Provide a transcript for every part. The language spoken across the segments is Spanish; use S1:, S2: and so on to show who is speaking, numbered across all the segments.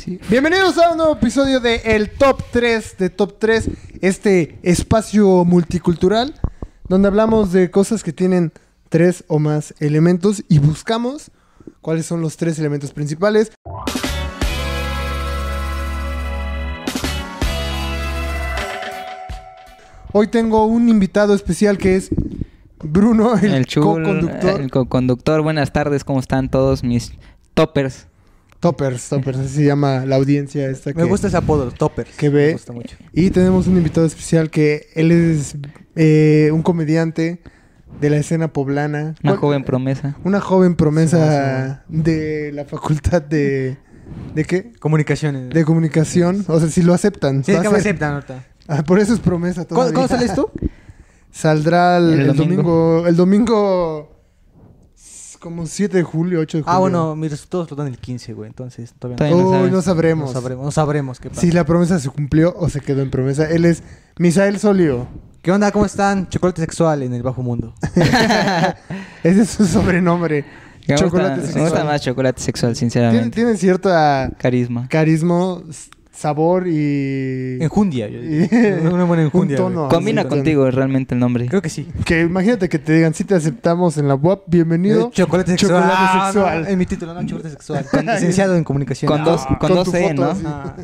S1: sí. Bienvenidos a un nuevo episodio de El Top 3 de Top 3, este espacio multicultural donde hablamos de cosas que tienen tres o más elementos y buscamos cuáles son los tres elementos principales. Hoy tengo un invitado especial que es Bruno, el,
S2: El chul,
S1: co-conductor.
S2: el co-conductor. Buenas tardes, ¿cómo están todos mis toppers?
S1: Toppers, Toppers, así se llama la audiencia esta que,
S3: Me gusta ese apodo, Topper.
S1: que
S3: Me
S1: ve.
S3: gusta mucho.
S1: Y tenemos un invitado especial que él es eh, un comediante de la escena poblana.
S2: Una
S1: ¿Cuál-
S2: joven promesa.
S1: Una joven promesa de la facultad de... ¿De qué?
S3: Comunicaciones.
S1: De comunicación. O sea, si lo aceptan.
S3: sí,
S1: Va
S3: es
S1: a
S3: que me
S1: ser-
S3: aceptan ahorita.
S1: Ah, por eso es promesa
S3: ¿Cuándo,
S1: todavía.
S3: cuándo sales tú?
S1: Saldrá el,
S2: El
S1: el domingo.
S2: domingo.
S1: El domingo... s- Como 7 de julio, 8 de julio.
S3: Ah, bueno, mis resultados lo dan el 15, güey. Entonces, todavía
S2: Todavía
S3: no,
S2: no
S1: Uy,
S2: sabes.
S1: no
S3: no
S1: sabremos.
S3: sabremos. No sabremos qué pasa.
S1: Si la promesa se cumplió o se quedó en promesa. Él es Misael Solio.
S3: ¿Qué onda? ¿Cómo están? Chocolate sexual en el bajo mundo.
S1: Ese es su sobrenombre.
S2: Me gusta-
S1: Chocolate
S2: Me gusta
S1: sexual.
S2: más chocolate sexual,
S1: Tiene,
S2: sinceramente.
S1: tiene cierta
S2: Carisma.
S1: carisma, s- sabor y...
S3: Enjundia, yo digo.
S1: Y-
S3: Una buena enjundia.
S1: Un
S3: güey.
S1: tono.
S2: Combina
S1: sí,
S2: contigo realmente el nombre.
S3: Creo que sí.
S1: Que imagínate que te digan, si te aceptamos en la UAP, bienvenido.
S3: Eh, Chocolate sexual.
S1: Chocolate
S3: Ah, no,
S1: sexual.
S3: en mi título, no, chocolate sexual. Con- Licenciado en comunicación.
S2: Con dos, con
S1: con
S2: dos
S1: tu
S2: E,
S1: foto
S2: ¿no?
S1: así.
S3: Ah,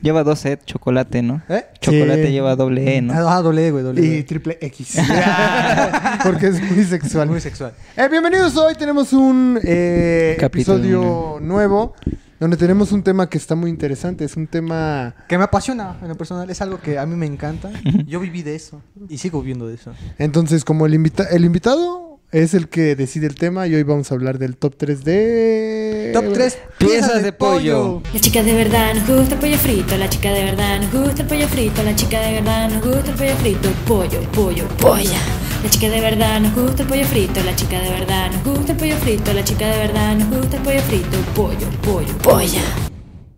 S2: Lleva dos E, chocolate, ¿no?
S3: ¿Eh?
S2: Chocolate
S1: Sí.
S2: lleva doble E, ¿no?
S3: Ah, doble, E, güey, doble.
S1: Y
S3: E.
S1: triple X.
S2: Ah.
S1: Porque es muy sexual.
S3: Muy sexual.
S1: Eh, bienvenidos, hoy tenemos un eh,
S2: Capítulo
S1: episodio nuevo donde tenemos un tema que está muy interesante. Es un tema...
S3: Que me apasiona en lo personal, es algo que a mí me encanta. Yo viví de eso y sigo viviendo de eso.
S1: Entonces, como el, invita- el invitado es el que decide el tema y hoy vamos a hablar del top 3 de...
S3: Top 3
S2: Piezas
S3: piezas,
S2: de
S3: de,
S2: pollo.
S3: pollo.
S4: La chica de verdad nos gusta el pollo frito, la chica de verdad nos gusta el pollo frito, la chica de verdad nos gusta el pollo frito, pollo, pollo, polla. La chica de verdad nos gusta el pollo frito, la chica de verdad nos gusta el pollo frito, la chica de verdad nos gusta el pollo frito, pollo, pollo, polla.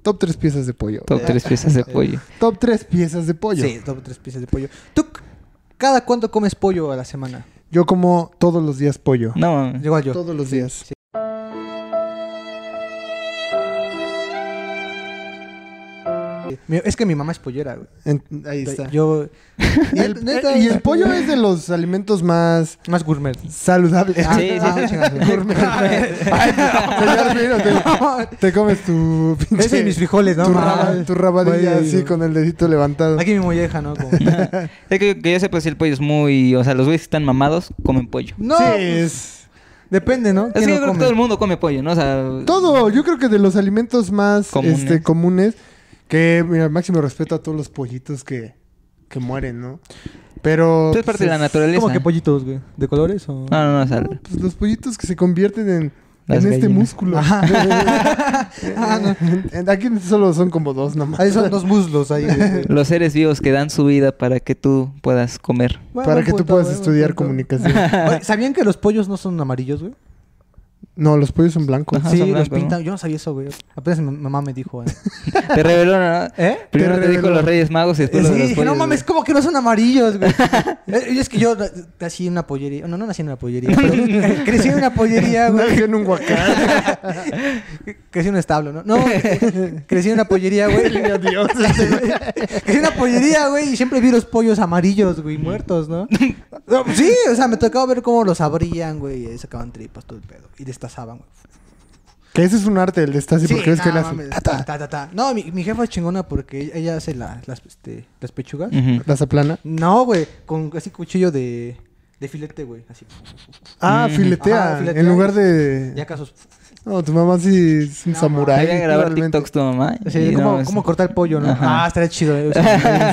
S1: Top 3 piezas de pollo.
S2: Top tres piezas de pollo.
S1: Top 3 piezas de pollo.
S3: Sí, top 3 piezas de pollo. ¿Tú c- cada cuánto comes pollo a la semana?
S1: Yo como todos los días pollo.
S2: No mames.
S3: Igual yo.
S1: Todos los
S3: Sí,
S1: días.
S3: sí. Mi- Es que mi mamá es pollera, güey.
S1: En- ahí está.
S3: Yo.
S1: y, el, eh, y el pollo es de los alimentos más
S3: Más gourmet.
S1: saludables.
S2: Ah, sí, sí.
S3: ah, chingas, güey.
S1: Gourmet. Ay, señor, mira, te, te comes tu pinche...
S3: Ese y mis frijoles, ¿no?
S1: tu,
S3: Ah,
S1: raba- tu rabadilla
S3: güey.
S1: así con el dedito levantado.
S3: Aquí mi molleja, ¿no? Como-
S2: Es que, que yo sepa si el pollo es muy. O sea, los güeyes que están mamados comen pollo.
S3: No,
S1: sí,
S3: pues,
S1: es...
S3: depende, ¿no?
S2: Es
S3: ¿Quién
S2: que
S3: no
S2: yo creo que
S3: come?
S2: todo el mundo come pollo, ¿no? O sea.
S1: Todo, yo creo que de los alimentos más
S2: Comunes.
S1: Este, comunes, que mira, máximo respeto a todos los pollitos que, que mueren, ¿no? Pero
S2: Es parte de la
S1: pues,
S2: naturaleza.
S3: ¿Cómo que pollitos, güey? ¿De colores o...?
S2: No, no, no, o sea,
S1: pues, los pollitos que se convierten en,
S2: Las
S1: en este
S2: gallinas.
S1: músculo. Aquí solo son como dos nomás.
S3: Ahí son dos muslos ahí. güey.
S2: los seres vivos que dan su vida para que tú puedas comer.
S3: Buen-
S1: Para
S3: buen
S1: que tú
S3: punto,
S1: puedas
S3: buen
S1: estudiar
S3: punto.
S1: comunicación.
S3: Oye, ¿Sabían que los pollos no son amarillos, güey?
S1: No, los pollos son blancos.
S2: Ajá,
S3: sí,
S2: son
S3: los
S2: blancos,
S3: pintan. Yo no sabía eso, güey. Apenas mi mamá me dijo, güey.
S2: Te reveló, ¿no?
S3: ¿Eh?
S2: Primero te, dijo
S1: reveló.
S2: los Reyes Magos y
S3: Sí,
S2: después los de los
S3: dije, no
S2: pollos,
S3: mames, ¿cómo que no son amarillos, güey? Eh, y es que yo eh, nací en una pollería. No, no nací en una pollería, pero eh, crecí en una pollería,
S1: No,
S3: güey.
S1: dije en un huacán.
S3: Crecí en un establo, ¿no? No, eh, crecí en una pollería, güey.
S1: niño Dios.
S3: Crecí en una pollería, güey, y siempre vi los pollos amarillos, güey, muertos, ¿no? No, Sí, o sea, me tocaba ver cómo los abrían, güey, y ahí sacaban tripas, todo el pedo. Y destazaban, güey.
S1: Que ese es un arte, el de Stasi, porque es que
S3: no,
S1: le hace
S3: mames,
S1: ta, ta,
S3: ta, ta, ta. No, mi, mi jefa es chingona porque ella- ella hace la- las, este, las pechugas.
S2: Ujú.
S1: las aplana.
S3: No, güey, con así cuchillo de, de filete, güey, así.
S1: Ah,
S2: Mm.
S1: filetea.
S3: Ajá, filetea.
S1: En lugar de...
S3: Ya casos.
S1: No, tu mamá sí es un
S3: No,
S1: samurái.
S2: Ahí a grabar
S1: realmente.
S2: TikToks tu mamá.
S3: Sí,
S2: y
S3: ¿cómo,
S2: no, es-
S3: cómo cortar el pollo, no?
S2: Ajá.
S3: Ah, estaría chido. eh, o
S1: Ahí
S3: sea,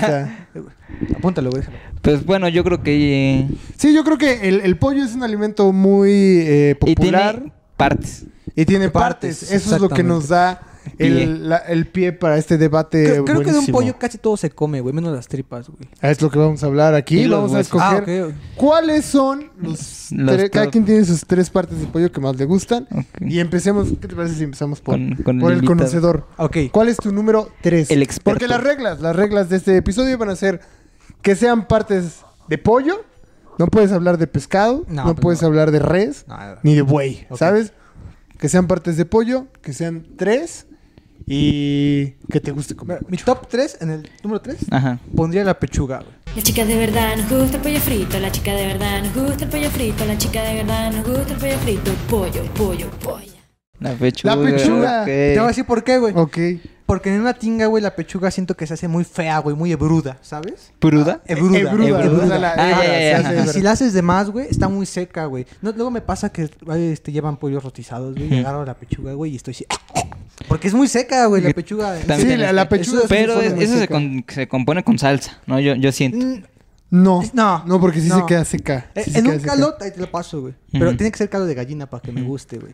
S1: está.
S3: apúntalo, güey. déjalo.
S1: Eh,
S2: Pues bueno, yo creo que. eh,
S1: Sí, yo creo que el, el pollo es un alimento muy eh,
S2: y
S1: popular
S2: tiene partes.
S1: y tiene partes.
S3: Partes,
S1: Eso es lo que nos da
S2: Pie.
S1: el, la- el pie para este debate.
S3: Creo, creo que de un
S1: buenísimo. Ah,
S3: pollo casi todo se come, güey, menos las tripas, güey.
S1: Es lo que vamos a hablar aquí.
S2: Y los
S1: vamos a
S2: huesos.
S1: escoger
S3: Ah, ok.
S1: cuáles son los.
S2: Los
S1: tres- cada
S2: top.
S1: quien tiene sus tres partes de pollo que más le gustan.
S2: Ok.
S1: Y empecemos. ¿Qué te parece si empezamos por,
S2: Con- con el
S1: por el,
S2: invitado.
S1: conocedor?
S3: Ok.
S1: ¿Cuál es tu número 3?
S2: El experto.
S1: Porque las reglas, las reglas de este episodio van a ser que sean partes de pollo. No puedes hablar de pescado, no,
S3: No, pues
S1: puedes
S3: no.
S1: hablar de res,
S3: Nada.
S1: ni de buey,
S3: Ok.
S1: ¿sabes? Que sean partes de pollo, que sean tres. y que te guste comer.
S3: Mi top 3, en el número 3,
S2: Ajá.
S3: pondría la pechuga, güey.
S4: La chica de verdad nos gusta el pollo frito, la chica de verdad nos gusta el pollo frito, la chica de verdad nos gusta el pollo frito, pollo, pollo, pollo.
S2: La pechuga.
S1: La pechuga.
S2: ok.
S3: Te voy a decir por qué, güey.
S1: Eh, Ok.
S2: Eh,
S3: Porque en una tinga, güey, la pechuga siento que se hace muy fea, güey, muy ebruda, ¿sabes?
S2: ¿Pruda?
S1: Eh,
S3: Ebruda.
S1: Ebruda,
S2: ebruda.
S1: ebruda, la-
S2: Ah,
S1: ebruda,
S2: ya,
S1: se
S2: ya,
S1: hace
S2: ya.
S3: Y
S1: ebruda.
S3: Eh, si la haces de más, güey, está muy seca, güey. No, luego me pasa que ay, este, llevan pollos rotizados, güey, y agarro la pechuga, güey, y estoy así. Porque es muy seca, güey, la pechuga.
S2: También este.
S1: Sí, la, la pechuga.
S2: Pero
S1: es-
S2: es- eso se, con- se compone con salsa, ¿no? Yo, yo siento.
S3: Mm,
S1: No,
S3: No,
S1: no, porque sí se
S3: no.
S1: queda seca.
S3: eh,
S1: sí se
S3: en
S1: queda
S3: un
S1: seca.
S3: calot, ahí te lo paso, güey. Pero
S2: Ujú.
S3: tiene que ser caldo de gallina para que me guste, güey.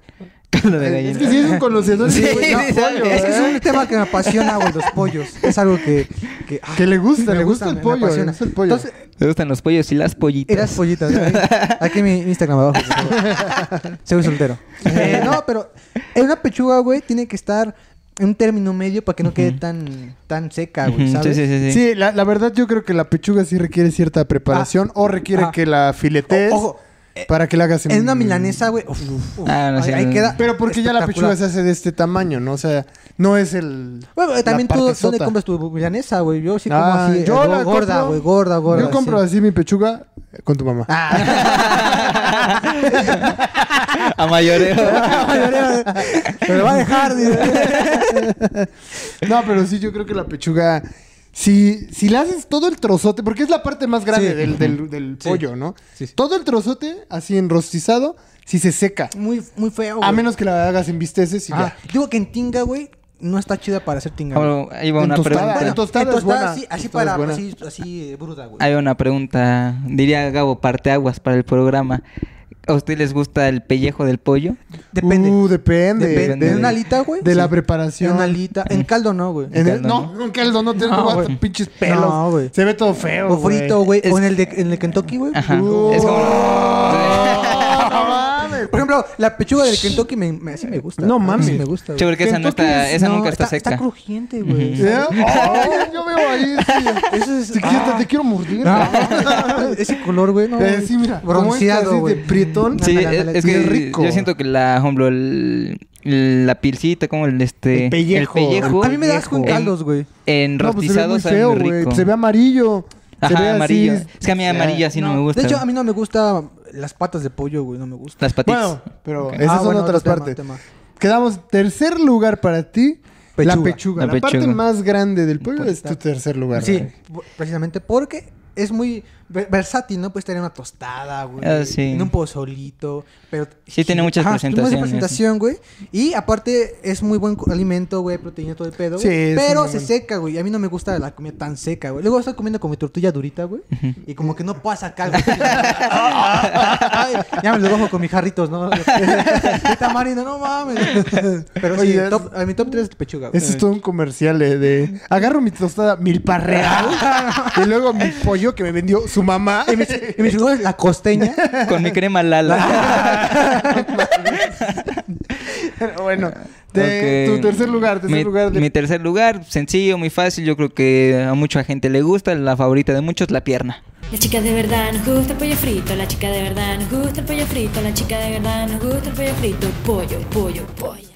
S2: Caldo de
S1: Eh, Es
S2: gallina.
S1: que sí es un conocedor.
S2: Sí,
S1: ese güey,
S2: sí,
S1: no,
S2: sabe.
S1: pollo,
S3: Es que es
S1: ¿eh?
S3: un tema que me apasiona, güey, los pollos. Es algo que... Que, ah,
S1: Que le gusta,
S3: me
S1: le gusta el
S3: me
S1: pollo,
S3: apasiona.
S1: le gusta el pollo.
S3: Entonces,
S2: Me gustan los pollos y las pollitas.
S3: Eras pollitas. ¿eh? Aquí mi mi Instagram abajo. por favor. Soy un soltero. Eh, no, pero en una pechuga, güey, tiene que estar en un término medio para que no quede tan, tan seca, güey,
S2: Ujú,
S3: ¿sabes?
S2: Sí, sí, sí. sí.
S1: Sí, la, la verdad yo creo que la pechuga sí requiere cierta preparación o requiere
S3: ah.
S1: que la filetees
S3: O- ojo, eh,
S1: para que la hagas en,
S3: en una milanesa, güey, uf, uf, uf,
S2: Ah, no,
S3: ahí-
S2: sí,
S3: ahí
S2: no.
S3: queda.
S1: Pero porque ya la pechuga
S3: espectacular.
S1: se hace de este tamaño, ¿no? O sea, no es el...
S3: Bueno, eh,
S1: la
S3: también tú, ¿dónde
S1: partezota.
S3: compras tu milanesa, güey? Yo sí como
S1: Ah,
S3: así, eh,
S1: yo
S3: go-
S1: la
S3: gorda,
S1: compro-
S3: güey, gorda, gorda.
S1: Yo compro
S3: sí.
S1: así mi pechuga eh, con tu mamá.
S3: Ah.
S2: A mayoreo.
S3: Pero va a dejar, güey.
S1: No, pero sí, yo creo que la pechuga... Si, si la haces todo el trozote, porque es la parte más grande
S3: Sí.
S1: del, del- del
S3: Sí.
S1: pollo, ¿no?
S3: Sí, sí.
S1: Todo el trozote, así enrostizado, si se seca.
S3: Muy, muy feo, güey.
S1: A menos que la hagas en bisteces y
S3: Ah,
S1: ya.
S3: Digo que en tinga, güey, no está chida para hacer tinga. güey.
S2: Ahora, Ahí va
S1: En
S2: una
S1: tostada,
S2: pregunta.
S1: en
S3: Bueno,
S1: tostada es
S3: entonces
S1: buena,
S3: así, así
S1: tostada es
S3: para,
S1: buena.
S3: así, así eh, bruta, güey.
S2: Hay una pregunta, diría Gabo, parteaguas para el programa. ¿A usted les gusta el pellejo del pollo?
S3: Depende.
S1: Uh, depende.
S3: Depende.
S1: de-
S3: ¿En una alita, güey?
S1: De la
S3: Sí. En
S1: preparación.
S3: una alita. En caldo no, güey.
S1: En el-
S2: caldo,
S1: no, en caldo no te
S3: No,
S1: no,
S3: güey.
S1: pinches pelos.
S3: No, güey.
S1: Se ve todo feo.
S3: O frito, güey.
S2: Es-
S3: O en el de en el Kentucky, güey.
S2: Ajá.
S1: Uh.
S2: Es como...
S1: No, no mames.
S3: Por ejemplo, la pechuga del Kentucky me, me, sí me gusta.
S1: No
S3: A mí
S1: mames.
S3: Sí me gusta,
S2: Che,
S3: güey.
S2: porque esa, no
S1: Kentucky
S2: está,
S1: es-
S2: esa
S3: No,
S2: nunca está, seca.
S3: Está crujiente, güey.
S1: ¿Eh? Oh, yo veo ahí. sí.
S3: Eso es...
S1: Si quieres, te- te quiero mordir. pues
S3: Ah. Ese color, güey. No,
S1: Eh, sí, mira, como este así
S3: Bronceado,
S1: de
S3: güey.
S1: prietón.
S2: Sí,
S3: Ándale,
S2: es,
S3: ándale.
S2: es que
S1: Bien rico.
S2: yo siento que la, por ejemplo, el- la pielcita, como el este...
S1: El pellejo.
S2: pellejo
S3: A mí me da asco en
S2: en-
S3: caldos, güey.
S2: En
S1: No, pues se ve
S2: rostizado
S1: muy
S2: sabe
S1: feo,
S2: muy
S1: güey.
S2: rico.
S1: Se ve amarillo. se ve
S2: Ajá,
S1: así.
S2: amarillo. Es que a mí amarillo así no, me gusta.
S3: De hecho, a mí no me gusta las patas de pollo, güey. No me gusta.
S2: Las patitas.
S1: Bueno, pero
S2: Ok.
S1: esas
S3: Ah,
S1: son
S3: bueno,
S1: otras
S3: otro tema,
S1: partes.
S3: tema.
S1: Quedamos tercer lugar para ti. La
S3: Pechuga.
S1: pechuga. La,
S2: La
S1: parte
S2: pechuga.
S1: más grande del pollo es tu
S3: Está.
S1: tercer lugar.
S3: Sí,
S1: güey.
S3: bu- precisamente porque es muy ve- versátil, ¿no? Puedes tener una tostada, güey.
S2: Ah, sí.
S3: En un pozolito. Pero
S2: Sí, tiene muchas presentaciones.
S3: presentación, güey. Y aparte es muy buen co- alimento, güey, proteína, todo el pedo.
S1: Sí,
S3: güey,
S1: es
S3: pero
S1: muy
S3: se
S1: bueno.
S3: seca, güey. A mí no me gusta la comida tan seca, güey. Luego estoy comiendo con mi tortilla durita, güey. Y como que no puedo sacar, güey. Ay, ya me lo cojo con mis jarritos, ¿no? De tamarindo, no mames. Pero sí,
S1: Oye, es-
S3: top- a mi top 3 es pechuga, güey.
S1: Ese es todo un comercial eh, de... Agarro mi tostada milpa real y luego mi pollo que me vendió su mamá.
S3: Y mi, y mi segundo es la costeña.
S2: Con mi crema Lala.
S1: bueno, de-
S2: Ok.
S1: tu tercer lugar, tercer
S2: mi,
S1: lugar de...
S2: mi tercer lugar, sencillo, muy fácil. Yo creo que a mucha gente le gusta. La favorita de muchos, la pierna.
S4: La chica de verdad nos gusta el pollo frito, la chica de verdad nos gusta el pollo frito, la chica de verdad nos gusta el pollo frito, pollo, pollo, pollo.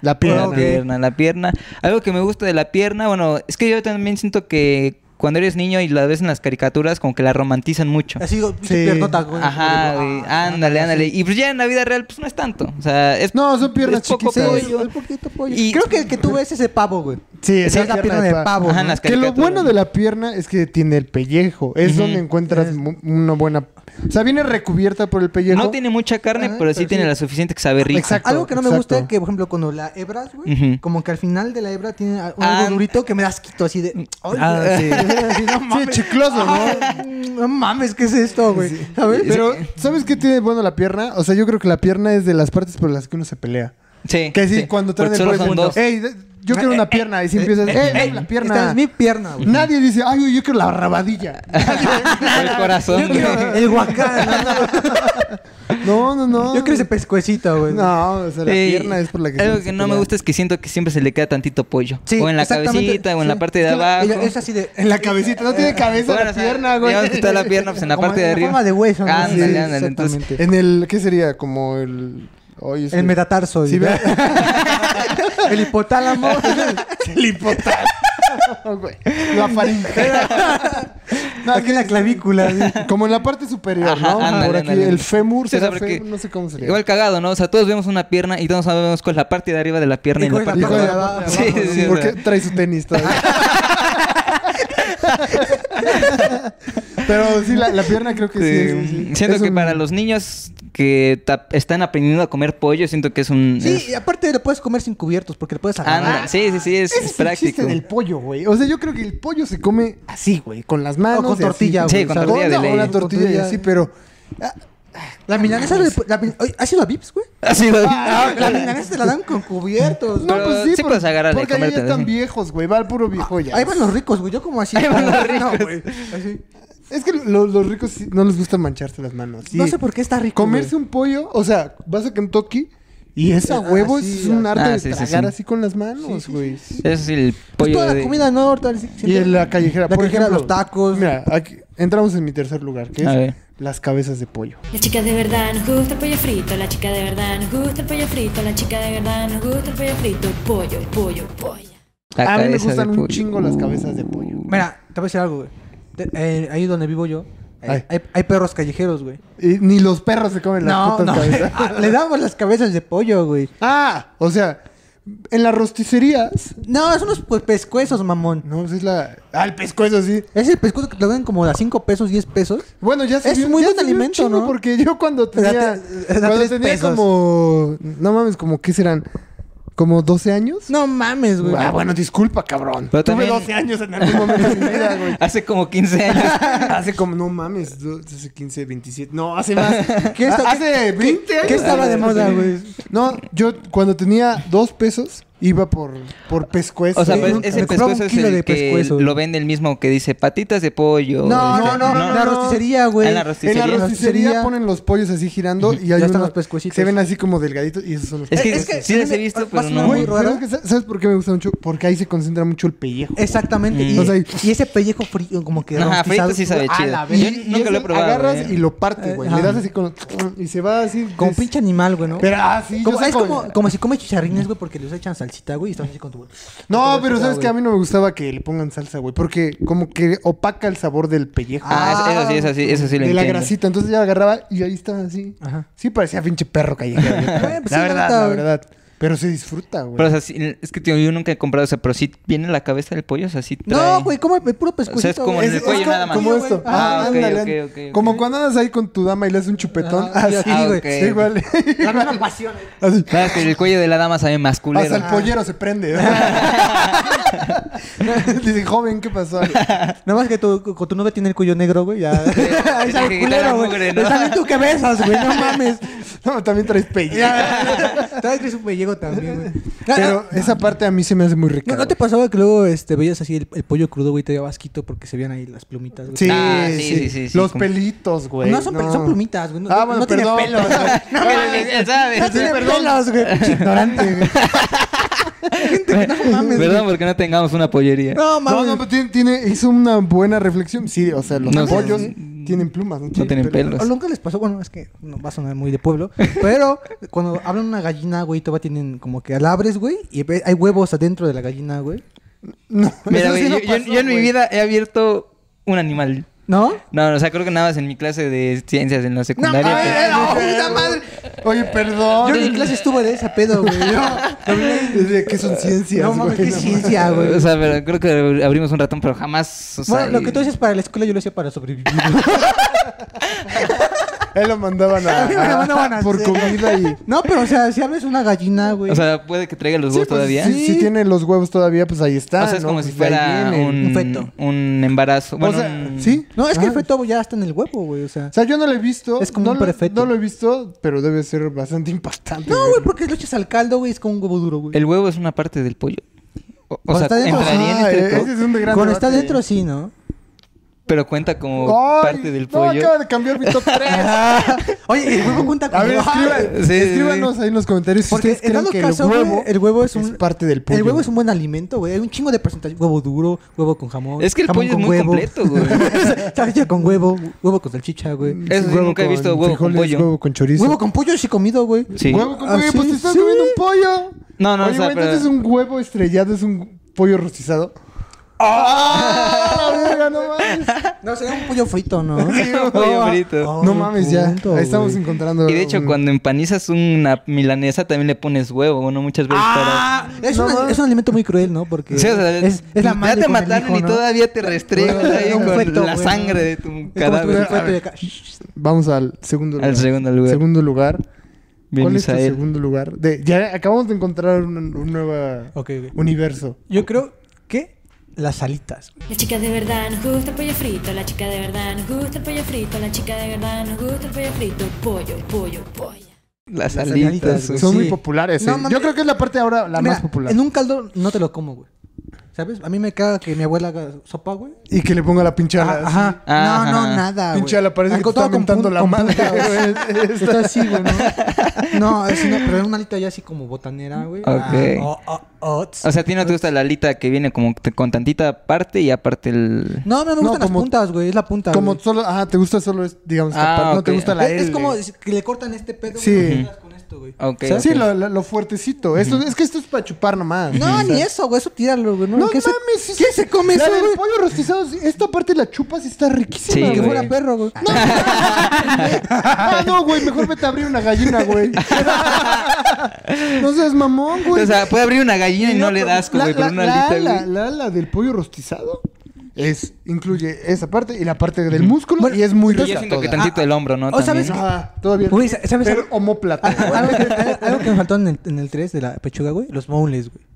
S1: la
S2: La
S1: pierna.
S3: Ok.
S2: pierna, la pierna. Algo que me gusta de la pierna, bueno, es que yo también siento que cuando eres niño y la ves en las caricaturas, como que la romantizan mucho.
S3: Así,
S1: Sí.
S3: sí. piernota, güey. "Ah,
S2: Ajá, güey.
S1: "Ah,
S2: Ándale, ándale. Y pues ya en la vida real, pues no es tanto. O sea, es.
S1: No, son piernas
S2: Es poco
S1: chiquitas.
S3: Sí,
S2: pollo.
S3: es un poquito pollo.
S2: Y-
S3: Creo que el que tú ves es el pavo, güey.
S1: Sí,
S3: es
S1: esa
S3: la pierna de pavo.
S2: Ajá,
S3: ¿no?
S2: en las
S1: Que lo
S2: caricaturas.
S1: bueno de la pierna es que tiene el pellejo. Es
S2: Ujú.
S1: donde encuentras mu- una buena... O sea, viene recubierta por el pellejo.
S2: No tiene mucha carne,
S3: Ajá,
S2: pero sí
S3: pero
S2: tiene
S3: sí.
S2: la suficiente que sabe rico.
S1: Exacto.
S3: Algo que no me
S1: exacto.
S3: gusta es que, por ejemplo, cuando la hebras, güey,
S2: Ujú.
S3: como que al final de la hebra tiene a- un
S2: Ah.
S3: algo durito que me das quito así de. Ay,
S2: Ah,
S3: güey.
S2: sí.
S3: Así, no
S1: Sí,
S3: mames.
S1: chicloso, ¿no?
S3: Ah, No mames, ¿qué es esto, güey? ¿Sabes?
S1: Pero, ¿sabes qué tiene bueno la pierna? O sea, yo creo que la pierna es de las partes por las que uno se pelea.
S2: Sí.
S1: Que sí, cuando traen
S2: Porque
S1: el
S2: solo
S1: pollo,
S2: son dos. Eh,
S1: Ey, de- yo quiero una pierna. Y si empiezas, ey, dame la
S3: Esta
S1: pierna.
S3: es mi pierna, güey.
S1: Nadie dice, ay, güey, yo quiero la rabadilla.
S2: Por el corazón.
S3: Yo quiero el huacán.
S1: no,
S3: ¿no?
S1: no, no.
S3: Yo quiero ese pescuecito, güey.
S1: No, o sea, la
S2: pues. Sí,
S1: pierna es por la que
S2: Algo
S1: siempre
S2: que
S1: se
S2: no me
S1: pelea.
S2: gusta es que siento que siempre se le queda tantito pollo.
S3: Sí,
S2: o en la
S3: exactamente,
S2: cabecita, o en
S3: sí.
S2: la parte de
S3: Es que la-
S2: abajo.
S3: Es así de.
S1: En la cabecita, no tiene cabeza
S2: Bueno,
S1: la
S2: o sea,
S1: pierna, güey.
S2: digamos que está la pierna, pues, en la
S3: Como
S2: parte de
S3: en
S2: arriba.
S3: forma de hueso, ¿no?
S2: Ándale,
S3: Sí,
S2: ándale. Entonces,
S3: exactamente.
S1: En el, ¿qué sería? Como el. Oye,
S3: El metatarso.
S1: Sí,
S3: güey.
S1: ve-
S3: el hipotálamo.
S1: El hipotal. güey. La faringe. No,
S3: aquí en la clavícula. güey.
S1: Como en la parte superior,
S2: Ajá,
S1: ¿no?
S2: ándale,
S1: Por aquí,
S2: ándale.
S1: el fémur,
S2: Sí, o
S1: será
S2: sea, porque-
S1: fémur, no sé cómo se llama.
S2: Igual cagado, ¿no? O sea, todos vemos una pierna y todos sabemos cuál es la parte de arriba de la pierna y,
S3: Y
S2: la
S3: cuál
S2: parte
S3: es la
S2: de
S1: Hijo de
S3: parte
S2: abajo.
S1: abajo,
S2: Sí,
S1: abajo,
S2: sí,
S1: ¿Por
S2: o
S1: qué
S2: sea.
S1: trae su tenis todavía? Pero sí, la, la pierna creo que sí. es-
S2: Sí,
S1: sí.
S2: Siento
S1: Es
S2: que
S1: un-
S2: para los niños que ta- están aprendiendo a comer pollo, siento que es un...
S3: Sí,
S2: es-
S3: y aparte lo puedes comer sin cubiertos porque lo
S1: Ah,
S3: puedes agarrar.
S2: anda, sí, sí, sí,
S1: Ese
S2: es, es
S1: el chiste
S2: práctico.
S1: del pollo, güey. O sea, yo creo que el pollo se come así, güey, con las manos.
S3: O con
S1: y así.
S3: tortilla,
S2: Sí, güey, con ¿sabes? tortilla de
S1: no,
S2: ley.
S1: una tortilla y así, pero...
S3: La milanesa de... La, mil- Oye, ¿Has ido a Vips, güey?
S2: Ha sido-
S3: La milanesa te la dan con cubiertos.
S1: No,
S2: Pero
S1: pues sí,
S2: sí
S1: por-
S2: puedes agarrar de
S1: Porque ahí ya
S2: comértelo, ¿eh?
S1: están
S2: sí.
S1: viejos, güey. Va al puro viejo ya.
S3: Ah, Ahí van los ricos, güey. Yo como así.
S2: Ahí van los
S3: No,
S2: ricos.
S3: güey. Así.
S1: Es que lo- los ricos sí no les gusta mancharse las manos. sí.
S3: No sé por qué está rico.
S1: Comerse
S3: güey.
S1: un pollo, o sea, vas a Kentucky y esa
S3: Ah,
S1: huevo
S3: sí,
S1: es un
S3: ah,
S1: arte
S2: ah,
S1: de
S2: sí, sí,
S1: tragar
S2: sí.
S1: así con las manos, güey.
S2: Es el pollo
S3: Pues toda la
S2: de-
S3: comida no ahorita sí,
S1: Y
S3: siempre-
S1: en la callejera,
S3: La
S1: por
S3: callejera,
S1: ejemplo,
S3: los tacos.
S1: Mira, aquí, entramos en mi tercer lugar, que
S2: A
S1: es
S2: ver.
S1: las cabezas de pollo.
S4: La chica de verdad nos gusta el pollo frito, la chica de verdad nos gusta el pollo frito, la chica de verdad nos gusta el pollo frito, pollo, pollo, pollo.
S2: la
S1: a mí me
S2: cabeza de
S1: gustan un
S2: pollo. Uh.
S1: chingo las cabezas de pollo.
S3: Mira, te voy a decir algo, güey. Te- eh, ahí donde vivo yo, eh,
S1: Ay.
S3: hay, hay perros callejeros, güey.
S1: Y ni los perros se comen las
S3: No,
S1: putas
S3: no.
S1: cabezas.
S3: Le damos las cabezas de pollo, güey.
S1: ah, o sea, en las rosticerías.
S3: No, son unos pues, pescuezos, mamón.
S1: No, pues es la. Ah, el pescuezo, sí.
S3: Ese pescuezo que te lo dan como a 5 pesos, 10 pesos.
S1: Bueno, ya
S3: Es muy
S1: ya
S3: buen
S1: subió un
S3: alimento,
S1: chingo,
S3: ¿no?
S1: Porque yo cuando
S3: Te da
S1: tenía.
S3: te- te da
S1: cuando
S3: tres
S1: tenía
S3: pesos.
S1: como. No mames, como ¿qué serán? ¿Como 12 años?
S3: No mames, güey.
S1: Ah, bueno, disculpa, cabrón.
S2: Pero
S1: Tuve
S2: también-
S1: 12 años en algún momento de mi vida, güey.
S2: Hace como 15 años.
S1: Hace como, no mames, do- hace 15, 27. No, hace más.
S3: ¿Qué
S1: Ha-
S3: está-
S1: hace 20 años.
S3: ¿Qué estaba de moda, güey?
S1: No, yo cuando tenía dos pesos iba por, por pescuezo.
S2: O sea,
S1: Sí,
S2: pues
S1: nunca-
S2: ese
S3: me compraba un
S2: pescuezo es
S3: kilo de
S2: el que
S3: pescuezo.
S2: lo vende el mismo que dice patitas de pollo.
S3: No, no,
S2: este-
S3: no, no. La rosticería, güey.
S2: En Ah, la
S1: En
S2: rosticería.
S1: la
S3: rosticería.
S1: rosticería ponen los pollos así girando y hay
S3: Ya están
S1: unos
S3: los pescuecitos.
S1: Se ven así como delgaditos y esos son los
S2: Es que,
S3: Es que
S2: sí las he visto,
S3: más
S2: pero
S3: o menos
S2: no.
S1: Güey,
S3: muy
S1: pero
S3: raro.
S1: es que sa- ¿Sabes por qué me gusta mucho? Porque ahí se concentra mucho el pellejo.
S3: Exactamente. Y,
S1: O sea, y-
S3: y ese pellejo frío, como que.
S2: Mm. Ajá,
S3: rostizado.
S2: frito sí sabe
S3: A
S2: chido.
S3: la
S2: Yo
S3: verga.
S2: nunca
S1: es-
S2: lo he probado,
S1: Agarras
S2: güey.
S1: y lo partes, güey. Le
S3: eh. Ajá.
S1: das así con. Y se va así.
S3: Como
S1: des-
S3: pinche animal, güey, ¿no?
S1: Pero ah, sí, yo
S3: Como-
S1: sé
S3: es
S1: cómo-
S3: como, como si comes chicharrines, güey, porque les echan salsita, güey, y están así con tu...
S1: No, pero sabes
S3: güey.
S1: que a mí no me gustaba que le pongan salsa, güey, porque como que opaca el sabor del pellejo.
S2: Ah, eso- eso sí, eso sí, eso sí
S1: de
S2: lo
S1: la
S2: entiendo.
S1: grasita, entonces ya agarraba y ahí estaba así.
S3: Ajá.
S1: Sí parecía pinche perro callejero. yo creo.
S3: Bueno, pues sí,
S1: la
S3: la
S1: verdad,
S3: neta,
S1: la
S3: güey.
S1: verdad. Pero se disfruta, güey.
S2: Pero, o sea, sí, es que tío, yo nunca he comprado, o sea, pero sí viene la cabeza del pollo, o sea, sí trae...
S3: No, güey, como el puro pescuecito,
S2: O sea, es como
S3: güey.
S2: en el cuello
S1: como-
S2: nada más.
S1: Como esto.
S2: Ah, ok,
S1: ándale,
S2: ok,
S1: ándale.
S2: ok, ok.
S1: Como cuando andas ahí con tu dama y le haces un chupetón.
S3: Ah, sí,
S1: así,
S3: ah,
S1: güey.
S2: ok.
S1: Sí, igual.
S3: La misma pasión, eh.
S1: Así.
S2: Nada, es que el cuello de la dama sabe más culero. Ah.
S1: Hasta el pollero se prende. Dice, joven, ¿qué pasó?
S3: Nada más que tu, con tu novia tiene el cuello negro, güey, ya... Ahí
S2: tiene
S3: sale
S2: que quitar la
S3: culero,
S2: mugre,
S3: güey.
S2: ¿no?
S3: Pero También tú que besas, güey, no mames.
S1: No, también traes pellejo.
S3: Ya. Todavía traes un pellejo también, güey.
S1: Pero esa parte a mí se me hace muy rica.
S3: Ah, ¿No, no te
S1: güey.
S3: pasaba que luego este, veías así el, el pollo crudo, güey, te daba asquito porque se veían ahí las plumitas, güey?
S1: Sí,
S2: Ah,
S1: sí,
S2: sí, sí, sí, sí,
S1: Los
S2: como-
S1: pelitos, güey.
S3: no, son, pel- son plumitas, güey. No,
S1: Ah, bueno,
S3: no
S1: perdón.
S3: tiene pelos, güey.
S2: No, mames, ¿sabes?
S3: No tiene pelos, güey. pinche Ignorante, güey. mames,
S2: Perdón porque no tengamos una pollería.
S3: No,
S1: No,
S3: mames.
S1: no, pero tiene, tiene- hizo una buena reflexión. Sí, o sea, los
S2: No,
S1: pollos
S2: sí.
S1: tienen plumas. No,
S2: tienen pelos.
S3: O nunca les pasó, bueno, es que no va a sonar muy de pueblo, pero cuando hablan una gallina, güey, todavía tienen como que alabres, güey, y ve- hay huevos adentro de la gallina, güey.
S1: No, eso
S2: Mira,
S1: sí
S2: güey,
S1: no
S2: yo, yo-
S1: pasó,
S2: yo en mi
S1: güey.
S2: vida he abierto un animal.
S3: ¿No?
S2: No, no, o sea, creo que nada más en mi clase de ciencias en la secundaria. pues,
S1: Ay, ay,
S2: pero-
S1: no, puta madre. Oye, perdón.
S3: Yo en mi clase estuve de esa pedo, güey.
S1: Desde que son ciencias,
S3: No mames,
S1: güey,
S3: qué
S1: no
S3: ciencia, güey.
S2: o sea, pero creo que abrimos un ratón, pero jamás. o sea,
S3: bueno, lo que tú dices para la escuela yo lo hacía para sobrevivir. güey.
S1: Él lo mandaban a,
S3: A mí me lo mandaban a
S1: por
S3: hacer.
S1: comida y
S3: No, pero o sea, si abres una gallina, güey.
S2: O sea, puede que traiga los
S1: Sí,
S2: huevos
S1: pues,
S2: todavía.
S1: Si, si tiene los huevos todavía, pues ahí está.
S2: o sea, es
S1: ¿no?
S2: como si
S1: Pues de ahí
S2: fuera
S1: vienen.
S2: un,
S3: un feto.
S2: un embarazo. Bueno,
S1: o sea,
S2: un-
S1: sí.
S3: no, es que
S2: ah.
S1: Ajá.
S3: el feto ya está en el huevo, güey, o sea.
S1: O sea, yo no lo he visto.
S3: Es como
S1: no
S3: un
S1: lo-
S3: prefeto.
S1: No lo he visto, pero debe ser bastante impactante.
S3: No,
S1: verlo.
S3: güey, porque lo echas al caldo, güey, es como un huevo duro, güey.
S2: El huevo es una parte del pollo. O, o
S3: Cuando
S2: sea,
S3: está dentro-
S2: entraría en
S1: Ajá,
S2: este
S1: eh,
S2: top?
S1: ese es un gran
S3: Cuando está
S1: debate.
S3: dentro, sí, ¿no?
S2: pero cuenta como
S1: Ay,
S2: parte del
S1: no,
S2: pollo.
S1: acaba de cambiar mi top 3.
S3: Oye, el huevo cuenta con
S1: A ver,
S2: Sí,
S1: escriban-
S2: sí, sí.
S1: escríbanos ahí en los comentarios si
S3: Porque
S1: ustedes
S3: en
S1: creen
S3: dado
S1: que
S3: caso,
S1: el
S3: güey,
S1: huevo
S3: el huevo es un-
S1: parte del pollo.
S3: El huevo es un buen alimento, güey. Hay un chingo de porcentaje. Huevo duro, huevo con jamón.
S2: Es que el
S3: jamón
S2: pollo es
S3: con
S2: muy
S3: huevo.
S2: completo, güey.
S3: Salchicha con huevo, huevo con salchicha, güey.
S2: Eso sí,
S1: Huevo
S2: nunca he
S1: con
S2: visto huevo con
S1: frijoles,
S2: pollo.
S1: huevo con chorizo.
S3: Huevo con pollo sí he comido, güey.
S2: Sí.
S1: Huevo con
S3: Ah,
S1: pollo,
S3: sí,
S1: pues te estás
S3: sí.
S1: comiendo un pollo.
S2: No, no,
S1: Oye,
S2: o sea,
S1: güey,
S2: pero-
S1: entonces un huevo estrellado es un pollo rostizado. ¡Ah! la verga, no mames.
S3: No, sería un pollo frito, ¿no?
S2: Un pollo frito.
S1: No mames ya. Ahí estamos encontrando.
S2: Y de hecho,
S1: un-
S2: cuando empanizas una milanesa también le pones huevo, bueno, muchas veces
S3: Ah, es,
S1: No
S3: una-
S1: mames.
S3: es un alimento muy cruel, ¿no? Porque
S2: para... Sí, o sea,
S3: es, es la madre
S2: ya te
S3: con el
S2: mataron
S3: hijo,
S2: y
S3: ¿no?
S2: todavía te restregas
S3: Huevo,
S2: ahí
S3: un
S2: con
S3: feto,
S2: la
S3: güey.
S2: sangre de tu
S3: Es como si
S2: cadáver.
S3: tuvieras un feto y acá-
S1: Vamos al segundo lugar.
S2: Al segundo lugar.
S1: Segundo lugar.
S2: Bien,
S1: ¿Cuál es tu
S2: Misael.
S1: segundo lugar? De- ya acabamos de encontrar un, un nuevo
S3: Ok, ok.
S1: universo.
S3: Yo creo que las alitas.
S4: La chica de verdad nos gusta el pollo frito, la chica de verdad nos gusta el pollo frito, la chica de verdad nos gusta el pollo frito, pollo, pollo, pollo.
S2: Las
S3: Las
S2: alitas.
S3: alitas,
S2: güey.
S3: Pues
S1: Son
S3: sí.
S1: muy populares.
S3: No,
S1: eh.
S3: mames.
S1: Yo creo que es la parte ahora la
S3: Mira,
S1: más popular.
S3: En un caldo no te lo como, güey. ¿Sabes? A mí me caga que mi abuela haga sopa, güey.
S1: Y que le ponga la pinche ala.
S3: Ah, Ajá.
S2: Ah,
S3: No,
S2: ajá.
S3: no, nada.
S1: Pinche
S3: güey.
S1: ala, parece que
S3: Algo
S1: te está
S3: todo con
S1: mentando
S3: pun-
S1: la
S3: con
S1: madre,
S3: punta, güey.
S1: güey.
S3: Está así, güey, ¿no? No, así no, pero era una alita ya así como botanera, güey. Ah,
S2: Ok.
S3: o- o- ots.
S2: O sea, a ti no te gusta la alita que viene como t- con tantita parte y aparte el...
S3: No, no, no me
S1: No,
S3: gustan
S1: como-
S3: las puntas, güey. Es la punta,
S1: Como
S3: güey.
S1: solo, ajá, te gusta solo, es, digamos, esta
S2: Ah,
S1: parte, no
S2: ok.
S1: te gusta la
S3: Es, es
S1: L.
S3: como es- que le cortan este pedo,
S1: Sí. Ah,
S3: güey, y lo con esto, güey.
S2: Ok,
S3: ¿Sabes?
S1: Sí, lo, lo- lo fuertecito. Esto, Es que esto es para chupar nomás.
S3: No,
S1: O sea,
S3: ni eso, güey. Eso tíralo, güey.
S1: No
S3: ¿Qué se-
S1: mames.
S3: ¿Qué
S1: es-
S3: se come
S1: la
S3: eso,
S1: del
S3: güey?
S1: pollo rostizado, esta parte la chupas y está
S2: Sí,
S1: riquísima.
S3: Que
S1: güey.
S2: güey.
S3: fuera perro, güey.
S1: Ah, no, güey, mejor vete a abrir una gallina, güey. no seas mamón, güey.
S2: O sea, puede abrir una gallina y no, le
S1: pero
S2: das,
S1: la-
S2: güey, pero
S1: la-
S2: una
S1: la
S2: alita,
S1: ala-
S2: güey.
S1: La ala del pollo rostizado es incluye esa parte y la parte del músculo
S3: Bueno,
S1: y es muy
S2: Pero yo
S1: rica
S2: siento que
S1: toda.
S2: tantito el hombro, ¿no?
S3: o sabes
S2: También.
S1: Ajá, todavía.
S3: Güey, ¿sabes
S1: Pero
S3: algo?
S1: homóplato. güey.
S3: algo, que, algo- algo que me faltó en el, en el 3 de la pechuga, güey. Los boneless, güey.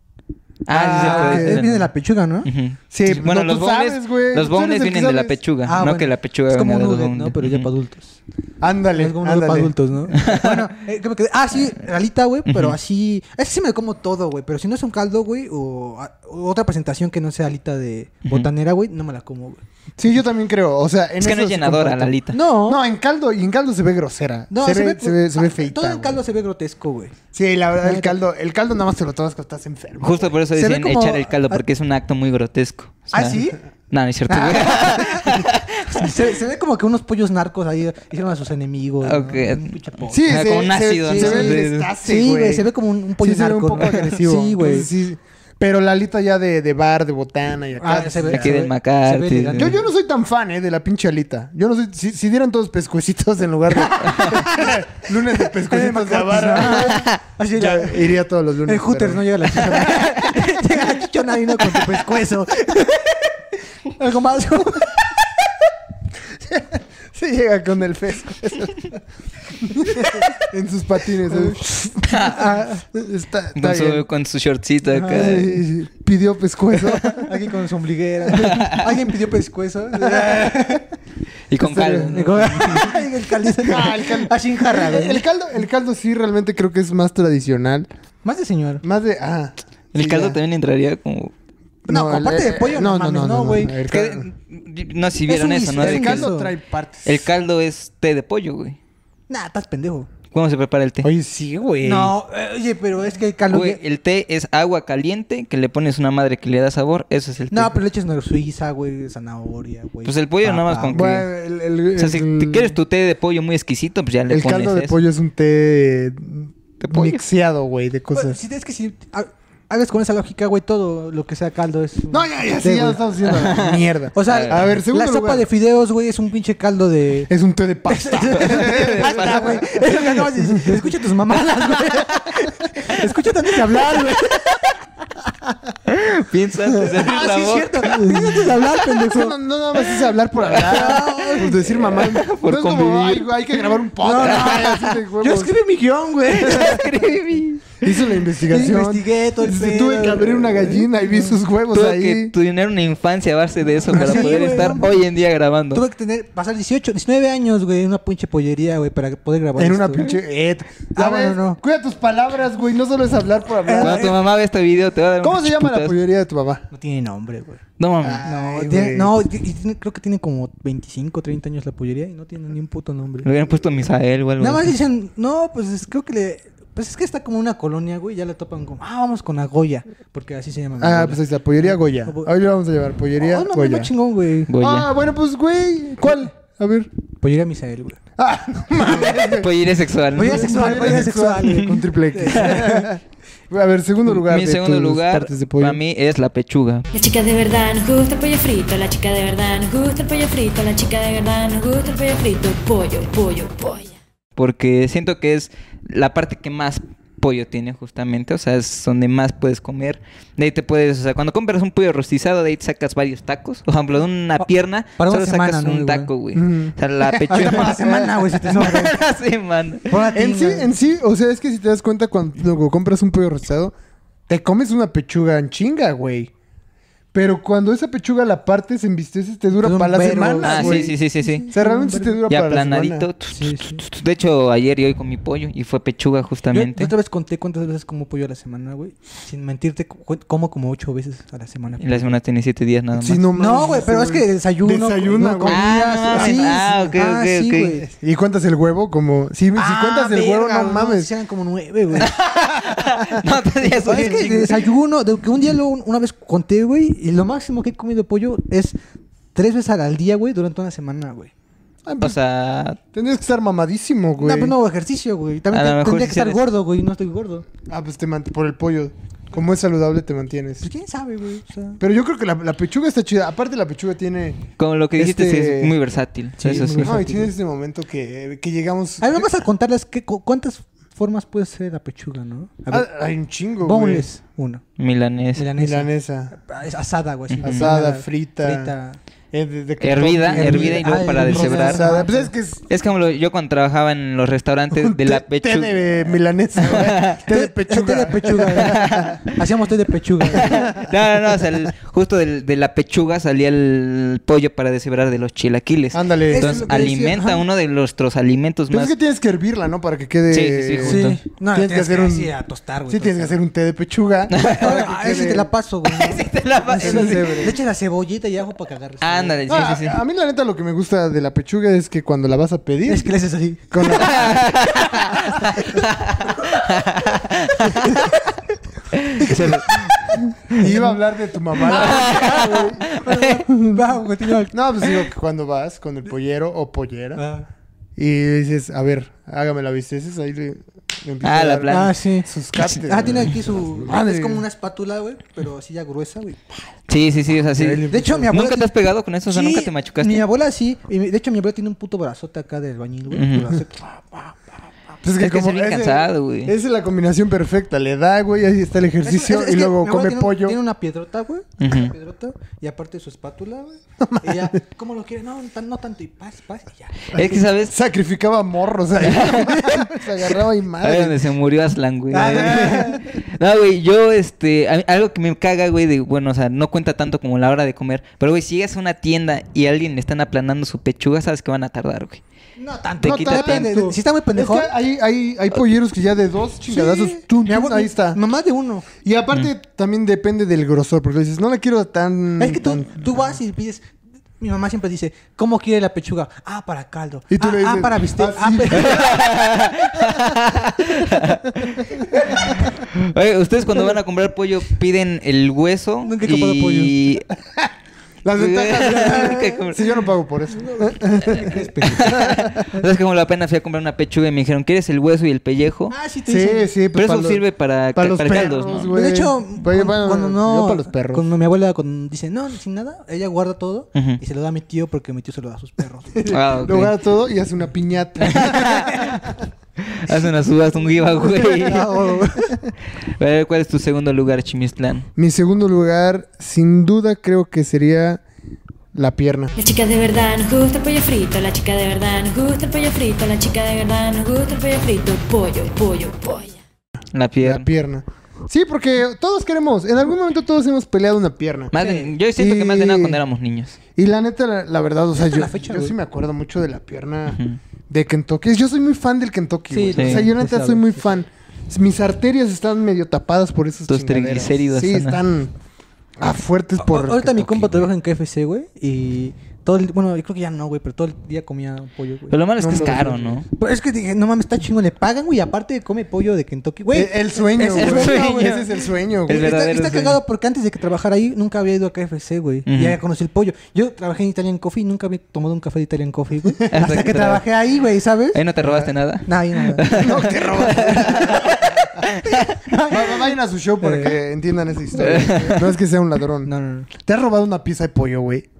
S2: Ah,
S1: Ah,
S2: sí,
S1: eh,
S2: se
S3: es
S2: puede.
S3: viene de la pechuga, ¿no?
S2: Ujú.
S1: Sí,
S2: bueno,
S1: no,
S2: los
S1: tú
S2: bones,
S1: sabes, güey.
S2: los
S1: Tú eres el
S2: bones
S1: que
S2: vienen de la
S1: sabes.
S2: pechuga,
S3: Ah,
S2: no
S3: bueno.
S2: que la pechuga
S3: Es como
S2: venga
S3: un
S2: de los
S3: nugget,
S2: bones.
S3: ¿no? Pero ya
S2: Ujú.
S3: para adultos.
S1: Ándale,
S3: Es como un nugget
S1: ándale.
S3: para adultos, ¿no? bueno, eh, que me quedé- Ah, sí, alita, güey, pero así... Ese sí me lo como todo, güey. Pero si no es un caldo, güey, o, a- o otra presentación que no sea alita de botanera, güey, no me la como, güey.
S1: Sí, yo también creo. O sea, en
S2: Es que no
S1: eso
S2: es
S1: sí
S2: llenadora
S1: comparto.
S2: la alita.
S3: No,
S1: No, en caldo, y en caldo se ve grosera.
S3: no,
S1: se, ve, se ve, se ve
S3: ah,
S1: feita.
S3: Todo en
S1: güey.
S3: caldo se ve grotesco, güey.
S1: Sí, la verdad, el caldo, el caldo nada más te lo tomas cuando estás enfermo.
S2: Justo por eso
S3: Se ve
S2: dicen
S3: como-
S2: echar el caldo, porque es un acto muy grotesco. O sea,
S3: ¿Ah, sí?
S2: No, no es cierto, güey.
S1: Ah.
S3: se, se ve como que unos pollos narcos ahí hicieron a sus enemigos. ¿no?
S2: Ok.
S3: Un pinche pollo.
S1: Sí,
S2: Ah,
S1: se,
S2: como un
S1: se-
S2: ácido,
S1: se,
S2: ¿no?
S1: ve
S2: Sí.
S1: desgaste,
S3: Sí, güey, se ve como un, un pollo
S1: Sí, se ve un
S3: narco,
S1: poco
S3: ¿no?
S1: agresivo.
S3: Sí, güey.
S1: Entonces, sí, pero la alita ya de, de bar, de botana y acá.
S3: Ah, se ve-
S2: Aquí
S3: se
S2: del
S3: ve-
S2: Macarty.
S3: se ve elegante.
S1: Yo, yo no soy tan fan, ¿eh? De la pinche alita. Yo no soy... Si, si dieran todos pescuecitos en lugar de... lunes de pescuecitos de barra.
S3: Así
S1: ya eh,
S3: la-
S1: iría todos los lunes.
S3: El Hooters
S1: pero-
S3: no llega la chichona. llega la chichona y no con tu pescuezo. Algo más.
S1: Se llega con el pesco. en sus patines. ¿eh? Ah, está, está
S2: Con su,
S1: bien.
S2: con su shortcito acá.
S1: Ay, pidió pescuezo.
S3: Alguien con su ombliguera. Alguien pidió pescuezo.
S2: y con caldo. ¿no?
S3: el caldito.
S1: Ah, el caldo.
S3: Así en jarra, güey.
S1: El caldo, el caldo sí realmente creo que es más tradicional.
S3: Más de señor.
S1: Más de... Ah,
S2: El
S1: sí,
S2: caldo
S1: ya. eh,
S2: también entraría como...
S3: No, con parte de pollo, no mames, no, güey.
S1: el
S2: Es que-
S1: caldo-
S2: no, si vieron
S3: un
S2: eso, ¿no?
S3: guiso,
S2: De
S1: el
S2: que-
S1: caldo
S3: queso.
S1: trae partes.
S2: el caldo es té de pollo, güey.
S3: Nah, estás pendejo.
S2: ¿Cómo se prepara el té?
S1: Oye, sí, güey.
S3: No, eh, oye, pero es que el caldo.
S2: Güey, el té es agua caliente que le pones una madre que le da sabor. Eso es el té.
S3: No, pero leches no suiza, güey, zanahoria, güey.
S2: Pues el pollo nada más
S3: papa.
S2: con-
S1: Bueno, el, el-
S2: o sea, si
S1: el-
S2: te quieres tu té de pollo muy exquisito, pues ya le
S1: el
S2: pones
S1: caldo de
S2: eso.
S1: pollo es un té
S2: pollo.
S1: mixeado, güey, de
S3: Bueno,
S1: cosas.
S3: si es que si ha- hagas con esa lógica, güey, todo lo que sea caldo es.
S1: No, ya, ya, sí,
S3: Sí,
S1: ya lo
S3: güey.
S1: estamos haciendo a la mierda.
S3: O sea,
S1: a ver, segundo
S3: la sopa
S1: lugar.
S3: de fideos, güey, es un pinche caldo de.
S1: es un té de pasta.
S3: Basta, güey. Es lo que acabas de decir. Escucha tus mamadas, güey. Escucha antes de hablar, güey.
S2: Piensa antes de abrir la
S3: Ah, sí, es
S2: boca.
S3: cierto. Piensa antes de hablar, pendejo.
S1: no, no nada más es hablar por hablar, por decir mamá.
S2: Por
S1: no es como,
S2: convivir.
S1: "Ay, güey, hay que grabar un podcast.
S3: No, no,
S1: Ay, así de huevos.
S3: Yo escribí mi guión, güey.
S2: Escribí.
S1: Hizo la investigación.
S3: Investigué todo el
S1: Dice,
S3: pedo.
S1: Tuve que abrir una gallina y vi sus huevos
S2: Tuve que
S1: Pues ahí.
S2: tener una infancia a base de eso para
S3: Sí,
S2: poder
S3: güey.
S2: estar hoy en día grabando.
S3: Tuve que tener, pasar 18, 19 años, güey, en una pinche pollería, güey, para poder grabar.
S1: En
S3: esto,
S1: una
S3: güey.
S1: pinche. Eh,
S3: Ah,
S1: ya
S3: bueno,
S1: ves,
S3: no.
S1: Cuida tus palabras, güey. No solo es hablar por
S2: Cuando
S1: hablar.
S2: tu mamá ve este video, te va a dar
S1: ¿Cómo
S2: unas
S1: se llama la
S2: putas.
S1: pollería de tu papá?
S3: No tiene nombre, güey.
S2: No mames.
S3: No,
S1: Ay,
S3: tiene-
S1: güey.
S3: no, y- y tiene- creo que tiene como 25, 30 años la pollería y no tiene ni un puto nombre.
S2: Le hubieran puesto Misael o algo.
S3: Nada más
S2: así.
S3: dicen, no, pues es- creo que le. Pues es que está como una colonia, güey, ya la topan como, ah, vamos con Agoya, porque así se llama. Oh,
S1: Ah, pues ahí está, pollería Goya. Hoy le vamos a llevar pollería
S3: no,
S1: Goya.
S3: no, chingón, güey.
S2: Goya.
S1: Ah, bueno, pues, güey. ¿Cuál? A ver.
S3: Pollería Misael, güey.
S1: Ah, no mames.
S2: Pollería sexual. ¿no?
S3: Pollería sexual, pollería sexual.
S1: Con triple X. A ver, segundo lugar.
S2: Mi
S1: de
S2: segundo
S1: tus
S2: lugar
S1: partes de pollo.
S2: para mí es la pechuga.
S4: La chica de verdad nos gusta el pollo frito, la chica de verdad nos gusta el pollo frito, la chica de verdad nos gusta el pollo frito, pollo, pollo, polla.
S2: Porque siento que es la parte que más pollo tiene justamente, o sea, es donde más puedes comer. De ahí te puedes, o sea, cuando compras un pollo rostizado, de ahí te sacas varios tacos. Por ejemplo, de una
S3: Pa-
S2: pierna,
S3: para una
S2: solo
S3: semana,
S2: sacas
S3: ¿no,
S2: un
S3: güey?
S2: taco, güey.
S1: Ujú.
S2: O sea, la
S3: Hasta para la
S2: pechuga.
S3: semana, güey, se te sobra.
S2: Una semana.
S1: En sí, en sí, o sea, es que si te das cuenta cuando luego compras un pollo rostizado, te comes una pechuga en chinga, güey. Pero cuando esa pechuga la partes en bisteces te dura
S3: Es un
S1: para la
S3: vergo,
S1: semana,
S2: Ah, sí,
S1: güey.
S2: sí, sí, sí, sí.
S1: O sea, realmente sí te dura
S2: Ya
S1: para la semana.
S2: aplanadito.
S3: Sí, sí.
S2: De hecho, ayer y hoy comí pollo y fue pechuga
S3: Yo,
S2: justamente.
S3: yo otra vez conté cuántas veces como pollo a la semana, güey. Sin mentirte, cu- como como ocho veces a la semana.
S2: Y la semana tiene siete días nada más.
S1: Sí, no,
S3: No,
S1: mames,
S3: güey, pero es que desayuno.
S1: Desayuna,
S3: no
S1: güey.
S2: Ah,
S3: comías,
S2: no mames. Ah, ok, ok,
S3: sí,
S2: ok.
S3: güey.
S1: ¿Y cuentas el huevo? Como, si, si
S3: Ah,
S1: cuentas el huevo,
S3: verga,
S1: no mames.
S3: sí eran como nueve, güey.
S2: no, te digas,
S3: es que de desayuno, de que un día luego, una vez conté, güey, y lo máximo que he comido pollo es tres veces al día, güey, durante una semana, güey.
S1: Ah,
S2: O
S1: pues,
S2: sea,
S1: tendrías que estar mamadísimo,
S3: No,
S1: güey.
S3: pues no hago ejercicio, güey. También
S2: A lo
S3: te-
S2: mejor
S3: tendría
S2: sí
S3: que estar
S2: eres-
S3: gordo, güey, no estoy gordo.
S1: Ah, pues te mant- por el pollo. Como es saludable, te mantienes.
S3: Pues quién sabe, güey. O sea,
S1: Pero yo creo que la, la pechuga está chida. Aparte, la pechuga tiene.
S2: como lo que dijiste,
S1: Este-
S2: es muy versátil.
S3: Sí,
S2: eso
S3: muy
S2: sí.
S3: versátil.
S1: No, y tiene este momento que, que llegamos.
S3: a mí me vas a contarles qué, cu- cuántas formas puede ser la pechuga, ¿no? A
S1: Ah,
S3: ver,
S1: hay un chingo, güey.
S3: boneless, uno.
S2: Milanés.
S3: Milanesa.
S1: Milanesa.
S3: Ah, es asada, güey. así,
S1: Asada, frita.
S3: frita.
S1: Eh, de- de-
S2: Hervida,
S1: de-
S2: hervida y luego
S3: Ah,
S2: para
S3: el proceso.
S2: deshebrar.
S1: Asada. Pues es que es.
S2: Es como lo- yo cuando trabajaba en los restaurantes de la
S1: té- té
S2: pechuga.
S1: de milanesa, güey. Té de pechuga.
S3: Té de pechuga, güey. Hacíamos té de pechuga. güey.
S2: No, no, no, o sea, el- justo del- de la pechuga salía el pollo para deshebrar de los chilaquiles.
S1: Ándale.
S3: Eso es
S2: Entonces
S3: lo que decía,
S2: alimenta
S3: ajá.
S2: uno de nuestros alimentos
S1: Pero es
S2: más.
S1: que tienes que hervirla, ¿no? Para que quede.
S2: Sí, sí, sí, justo.
S1: Sí,
S2: Punto.
S3: No,
S1: Tienes que hacer un-
S3: así a tostar, güey.
S1: tienes que
S3: tostar.
S1: hacer un té de pechuga. para que
S3: Ah, ese
S1: quede-
S3: te la paso, güey.
S2: Sí, te la paso,
S1: Ese es
S2: sí.
S1: chévere.
S3: Le echa la cebollita y ajo para que agarres.
S2: Ándale, sí,
S1: Ah,
S2: sí, sí.
S1: A mí, la neta, lo que me gusta de la pechuga es que cuando la vas a pedir.
S3: Es que le haces así.
S1: con la-
S2: Se lo-
S1: Iba a hablar de tu mamá.
S3: Vamos, continúa.
S1: no, pues digo que cuando vas con el pollero o pollera
S3: Ah,
S1: y dices, a ver, hágame la bisteces, ahí le, le empiezo
S2: Ah,
S1: a
S2: la
S1: dar
S2: plan- Plan-
S3: ah, sí.
S1: sus cates.
S3: Ah, tiene aquí su.
S1: Madre.
S3: Es como una espátula, güey, pero así ya gruesa, güey.
S2: Sí, sí, sí, o sea, sí.
S3: De hecho, mi abuela.
S2: ¿Nunca te has pegado con eso? O sea,
S3: Sí,
S2: ¿nunca te machucaste?
S3: Mi abuela sí. Y mi- De hecho, mi abuela tiene un puto brazote acá del bañil, güey.
S2: Ujú.
S3: que lo hace-
S1: Pues
S2: es que soy bien
S1: ese-
S2: cansado, güey.
S1: Esa es la combinación perfecta. Le da, güey, ahí está el ejercicio
S3: Es- es- es
S1: y
S3: que
S1: luego
S3: mi abuela
S1: come
S3: tiene un-
S1: pollo.
S3: Tiene una piedrota, güey.
S2: Ujú.
S3: Una piedrota. Y aparte su espátula, güey. Y ya, ¿cómo lo quiere? No, tan- no tanto. Y paz, paz. Y ya.
S2: Es que, ¿sabes?
S1: Sacrificaba morros ahí. se agarraba y
S2: Ahí donde
S1: madre.
S2: se murió Aslan, güey.
S1: Ah,
S2: No, güey, yo, este, a- algo que me caga, güey, de, bueno, o sea, no cuenta tanto como la hora de comer. Pero, güey, si llegas a una tienda y a alguien le están aplanando su pechuga, sabes que van a tardar, güey.
S3: No tanto.
S2: Te
S3: no,
S2: quita
S3: tanto.
S2: tiempo.
S3: Depende. Si está muy
S1: Es
S3: pendejo.
S1: que hay, hay, hay polleros que ya de dos chingadazos,
S3: Sí.
S1: tun,
S3: Mi
S1: tun,
S3: abuelo-
S1: ahí está.
S3: Mamá de uno.
S1: Y aparte
S2: Mm.
S1: también depende del grosor, porque dices, no la quiero tan...
S3: Es que tú,
S1: tan-
S3: tú vas y pides. Mi mamá siempre dice, ¿cómo quiere la pechuga? Ah, para caldo.
S1: Y tú
S3: ah,
S1: le dices,
S3: ah, para bistec.
S1: "Ah,
S3: Ah,
S1: sí".
S3: pe-
S2: Oye, ustedes cuando van a comprar pollo piden el hueso
S3: Nunca he comprado
S2: y...
S1: Las ventajas.
S2: Nunca he comprado.
S1: si yo no pago por eso.
S2: ¿Sabes cómo la pena fui a comprar una pechuga y me dijeron, ¿quieres el hueso y el pellejo?
S3: ah, sí, te
S1: Sí,
S3: dicen.
S1: sí. pues
S2: Pero eso
S1: los-
S2: sirve para
S1: para
S2: ca-
S1: los
S2: para caldos,
S1: perros,
S2: ¿no?
S1: güey.
S3: De hecho,
S1: Pues,
S3: cuan-
S1: bueno,
S3: cuando no.
S1: yo para los perros.
S3: Cuando mi abuela cuando dice, no, sin nada, ella guarda todo
S2: Ujú.
S3: y se lo da a mi tío porque mi tío se lo da a sus perros.
S2: Ah, ok.
S1: Lo guarda todo y hace una piñata.
S2: Hacen una subasta, un giveaway.
S3: Ah, oh, güey.
S2: A ver, ¿cuál es tu segundo lugar, Chimistlán?
S1: Mi segundo lugar, sin duda, creo que sería la pierna.
S4: La chica de verdad nos gusta el pollo frito, la chica de verdad nos gusta el pollo frito, la chica de verdad nos gusta el pollo frito, pollo, pollo, polla.
S2: La
S1: La
S2: pierna.
S1: pierna. Sí, porque todos queremos. En algún momento todos hemos peleado una pierna.
S2: Más de- yo siento que más de nada
S1: Y-
S2: cuando éramos niños.
S1: Y la neta, la, la verdad, o sea, yo,
S3: la fecha,
S1: yo
S3: güey.
S1: sí me acuerdo mucho de la pierna
S2: Ujú.
S1: de Kentucky. Yo soy muy fan del Kentucky,
S3: Sí,
S1: güey.
S2: sí,
S1: O sea, yo la
S3: tú
S1: neta
S3: sabes,
S1: soy muy
S3: sí.
S1: fan. Mis arterias están medio tapadas por esos
S2: Tus triglicéridos
S1: Sí,
S2: están a-
S1: están a fuertes
S3: Por
S1: por...
S3: Ahorita mi
S1: Kentucky,
S3: compa
S1: güey.
S3: trabaja en KFC, güey. Y todo el. Bueno, yo creo que ya no, güey. Pero todo el día comía pollo, güey.
S2: Pero lo malo es que
S1: No,
S2: es
S1: no,
S2: caro,
S1: no,
S2: ¿no?
S3: Pero es que dije, no mames, está chingón. Le pagan, güey. y Aparte come pollo de Kentucky, güey.
S1: El, el sueño,
S3: Es el
S1: güey.
S2: sueño.
S1: Ese es el sueño,
S2: El
S1: güey.
S3: está,
S2: verdadero
S3: está
S2: sueño.
S3: cagado porque antes de que trabajara ahí nunca había ido a KFC, güey.
S2: Ujú.
S3: Y ya conocí el pollo. Yo trabajé en Italian Coffee y nunca había tomado un café de Italian Coffee, güey. Hasta,
S2: que
S3: que,
S2: traba-
S3: trabajé ahí, güey, ¿sabes?
S2: Ahí no te robaste nada.
S3: No, ahí nada.
S1: No, te robas. Va- Vayan a su show para que entiendan esa historia. No es que sea un ladrón.
S3: Eh. No, no, no.
S1: ¿Te has robado una pieza de pollo, güey?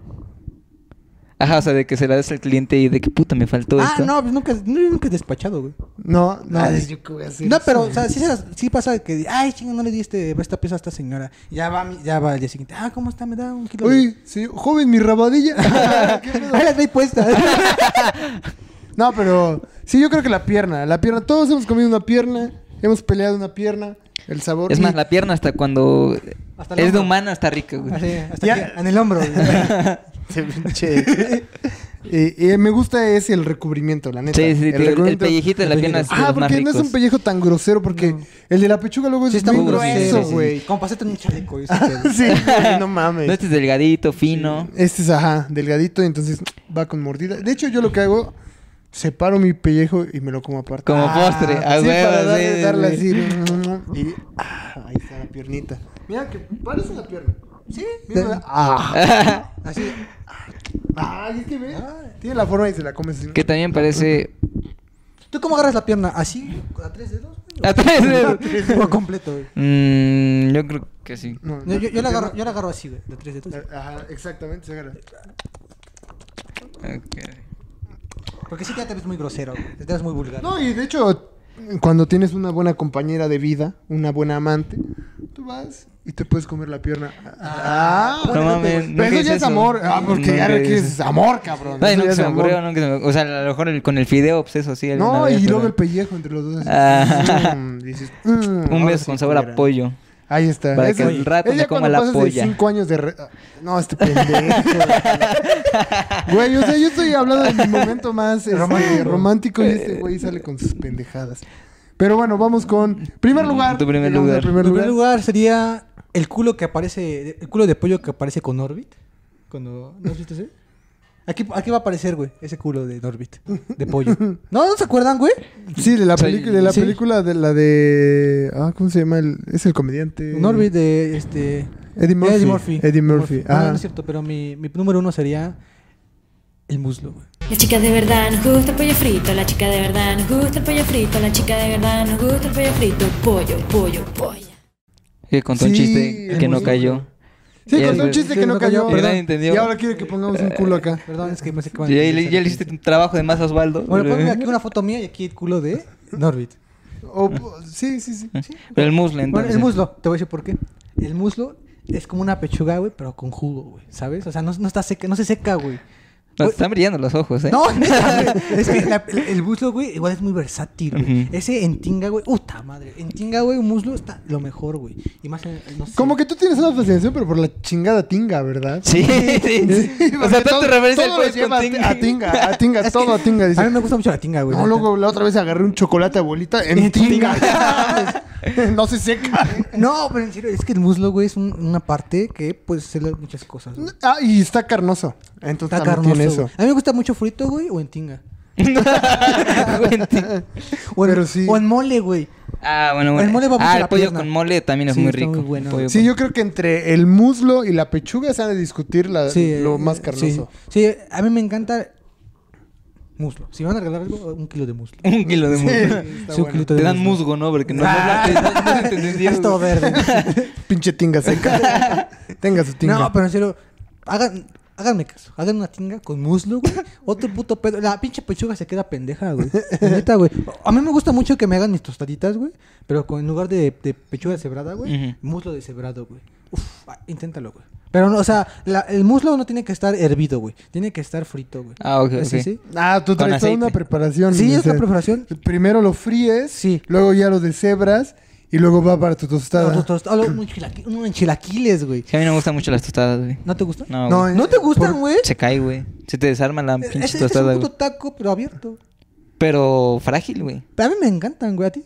S2: Ajá, o sea, de que se la des al cliente y de que puta me faltó
S3: Ah,
S2: esto.
S3: no, pues nunca, no, nunca he despachado, güey.
S1: No, no.
S3: Ah,
S1: yo qué voy a hacer
S3: No,
S1: eso,
S3: pero, o
S1: güey.
S3: sea, sí, se las- sí pasa que, ay, chinga, no le di este, esta pieza a esta señora. Ya va, mi- ya va al día siguiente. Ah, ¿cómo está? Me da un kilo. de-
S1: Uy, sí, joven, mi rabadilla. ¿Qué pedo?
S3: Ahí la trae puesta.
S1: No, pero sí, yo creo que la pierna. La pierna. Todos hemos comido una pierna. Hemos peleado una pierna. El sabor.
S2: Es más,
S1: y-
S2: la pierna hasta cuando
S3: Hasta el
S2: es de
S3: hombro.
S2: humano está rica, güey.
S3: Así, hasta
S1: Ya.
S3: aquí, en el hombro. güey.
S1: Sí, pinche. y, y me gusta es el recubrimiento, la neta.
S2: Sí, sí,
S1: el,
S2: te digo, el
S1: recubrimiento-
S2: pellejito de la pierna es de
S1: Ah,
S2: los más
S1: porque no es
S2: ricos.
S1: un pellejo tan grosero, porque el de la pechuga luego es
S3: Sí, está
S1: Pues muy
S3: muy
S1: grueso,
S3: grosero,
S2: sí, sí.
S1: güey.
S3: Como pasete en un chaleco. y ese pedo.
S1: Sí, güey, no mames.
S2: No, este es delgadito, fino.
S1: Este es, ajá, delgadito, entonces va con mordida. De hecho, yo lo que hago, separo mi pellejo y me lo como aparte.
S2: Como
S1: Ah,
S2: postre. A
S1: sí,
S2: huevo,
S1: para
S2: sí,
S1: darle,
S2: sí,
S1: darle
S2: sí.
S1: así. Y ah, ahí está la piernita. Mira que parece la pierna. Sí. Mira, ah,
S3: Así.
S1: ay, es que ve. Tiene la forma y se la comes así.
S2: Que también parece...
S3: ¿Tú cómo agarras la pierna? ¿Así? ¿A tres dedos? güey?
S2: A tres dedos.
S3: Por completo, güey.
S2: Ah, Mm, yo creo que sí.
S1: No, no,
S3: Yo, yo- yo la
S1: no.
S3: agarro, yo la agarro así, güey, de tres dedos.
S1: Ajá, exactamente, se agarra.
S2: Ok.
S3: Porque sí que ya te ves muy grosero, güey. Te ves muy vulgar.
S1: No, y de hecho, cuando tienes una buena compañera de vida, una buena amante, tú vas y te puedes comer la pierna. Ah,
S2: No mames,
S1: Pero
S2: nunca
S1: eso
S2: hice
S1: ya es
S2: eso.
S1: amor. Ah, porque
S2: Nunca
S1: ya
S2: hice
S1: requieres
S2: eso.
S1: amor, cabrón.
S2: No, y
S1: Eso ya
S2: nunca
S1: es
S2: se me
S1: amor.
S2: ocurrió, nunca se me- O sea, a lo mejor el- con el fideo, pues eso sí. alguna
S1: No,
S2: vez,
S1: y
S2: pero-
S1: luego el pellejo entre los dos. así,
S2: Ah.
S1: mm, dices, mm,
S2: Un
S1: ahora
S2: beso
S1: sí
S2: con sabor
S1: fuera.
S2: a pollo.
S1: Ahí está.
S2: Para
S1: Es
S2: que al rato
S1: es ya
S2: me coma
S1: cuando
S2: la
S1: pasas de
S2: polla.
S1: cinco años de... re- No, este pendejo. güey, o sea, yo estoy hablando de mi momento más este, romántico, y este güey sale con sus pendejadas. Pero bueno, vamos con... Primer lugar.
S2: Tu primer
S1: Llegamos al
S2: lugar.
S1: Primer
S3: En primer
S1: lugar.
S3: lugar sería el culo que aparece, el culo de pollo que aparece con Orbit. Cuando, ¿No has visto ese? Aquí, aquí va a aparecer, güey, ese culo de Orbit, de pollo. ¿No? ¿No se acuerdan, güey?
S1: Sí, de la,
S2: Sí,
S1: pelicu- de la
S3: sí.
S1: película de la de... Ah, ¿cómo se llama? El... Es el comediante...
S3: Un Orbit de, este...
S1: Eddie Murphy.
S3: Eddie Murphy.
S1: Eddie Murphy,
S3: No,
S1: ah.
S3: no es cierto, pero mi, mi número uno sería el muslo, güey.
S4: La chica de verdad nos gusta el pollo frito, la chica de verdad nos gusta el pollo frito, la chica de verdad nos gusta el pollo frito, pollo, pollo, polla.
S2: Que contó un
S1: Sí,
S2: chiste que no
S1: hermoso.
S2: cayó.
S1: Sí,
S2: Y
S1: contó
S2: ahí-
S1: un chiste que no cayó.
S2: Y
S1: perdón.
S2: nadie entendió.
S1: Y ahora quiere que pongamos un culo acá.
S3: Perdón, es que me se acaban
S2: Y
S3: de
S2: ahí le-
S3: pensar
S2: ya
S3: en
S2: le hiciste un trabajo de más, Osvaldo.
S3: Bueno, ponme aquí una foto mía y aquí el culo de Norbit.
S1: O- o- sí, sí, sí.
S2: Pero el muslo,
S3: Bueno,
S2: entonces.
S3: el muslo, te voy a decir por qué. El muslo es como una pechuga, güey, pero con jugo, güey, ¿sabes? O sea, no, no está seca, no se seca, güey.
S2: Nos están brillando los ojos, ¿eh?
S3: No, neta, güey. es que la- el, el muslo, güey, igual es muy versátil, güey.
S2: Ujú.
S3: Ese en tinga, güey, puta madre. En tinga, güey, un muslo está lo mejor, güey. Y más en, no sé.
S1: Como que tú tienes una fascinación, pero por la chingada tinga, ¿verdad?
S2: Sí, sí. O sea,
S1: porque
S2: tanto
S1: todo-
S2: referencia al
S1: todo lo
S2: pollo
S1: lleva
S2: con
S1: a ti- a
S2: tinga.
S1: tinga, a tinga,
S3: Es
S1: todo
S3: que
S1: a tinga.
S3: A mí
S1: Dice.
S3: me gusta mucho la tinga, güey.
S1: No,
S3: neta.
S1: luego la otra vez agarré un chocolate abuelita en,
S3: En
S1: tinga.
S3: tinga.
S1: no se seca.
S3: No, pero en serio, es que el muslo, güey, es un- una parte que puede hacerle muchas cosas, güey.
S1: Ah, y está carnoso. Entonces
S3: Está
S1: también
S3: carnoso.
S1: tiene
S3: güey.
S1: eso.
S3: A mí me gusta mucho frito, güey, o en tinga.
S2: Buen tinga.
S3: O en,
S1: Pero sí.
S3: o en mole, güey.
S2: Ah, bueno, bueno.
S3: El mole va mucho
S2: ah,
S3: a
S2: el
S3: la
S2: pollo
S3: pierna.
S2: con mole también es
S3: Sí,
S2: muy
S3: está
S2: rico.
S3: muy bueno.
S2: El pollo
S1: Sí,
S2: con-
S1: yo creo que entre el muslo y la pechuga se han de discutir la-
S3: Sí,
S1: lo
S3: eh,
S1: más
S3: sí.
S1: carnoso.
S3: Sí, a mí me encanta muslo. Si me van a regalar algo, un kilo de muslo.
S2: Un kilo de Ah. musgo.
S1: Está
S3: Sí, un
S1: bueno.
S3: kilito de
S2: Te dan musgo, ¿no? Porque no, no, no, no, no entendí.
S3: Es todo verde.
S1: Pinche tinga seca. Tenga su tinga.
S3: no, pero en serio, hagan, háganme caso. Hagan una tinga con muslo, güey. Otro puto pedo. La pinche pechuga se queda pendeja, güey. Neta, güey. A mí me gusta mucho que me hagan mis tostaditas, güey. Pero con, en lugar de, de pechuga deshebrada, güey,
S2: Ujú.
S3: muslo deshebrado, güey. Uf, ah, inténtalo, güey. Pero no, o sea, la- el muslo no tiene que estar hervido, güey. Tiene que estar frito, güey.
S2: Ah, ok,
S3: Así,
S2: ok.
S3: sí.
S1: Ah, tú
S2: Con
S1: traes toda una
S2: aceite.
S1: preparación.
S3: Sí, es
S1: o sea,
S3: una preparación.
S1: Primero lo fríes,
S3: Sí.
S1: luego ya lo deshebras Y luego va para tu
S3: No,
S1: tostada.
S3: tus tost- hablo un chilaqui- ah, unos enchilaquiles, güey.
S2: Sí, a mí no me gustan mucho las tostadas, güey.
S3: ¿No te gustan?
S2: No,
S1: No,
S2: güey.
S1: eh,
S3: ¿No te gustan,
S1: por-
S3: güey?
S2: Se cae, güey. Se te desarma la
S3: Es,
S2: pinche
S3: es- es
S2: tostada, güey.
S3: un puto taco, pero abierto.
S2: Pero frágil, güey.
S3: Pero a mí me encantan, güey, a ti.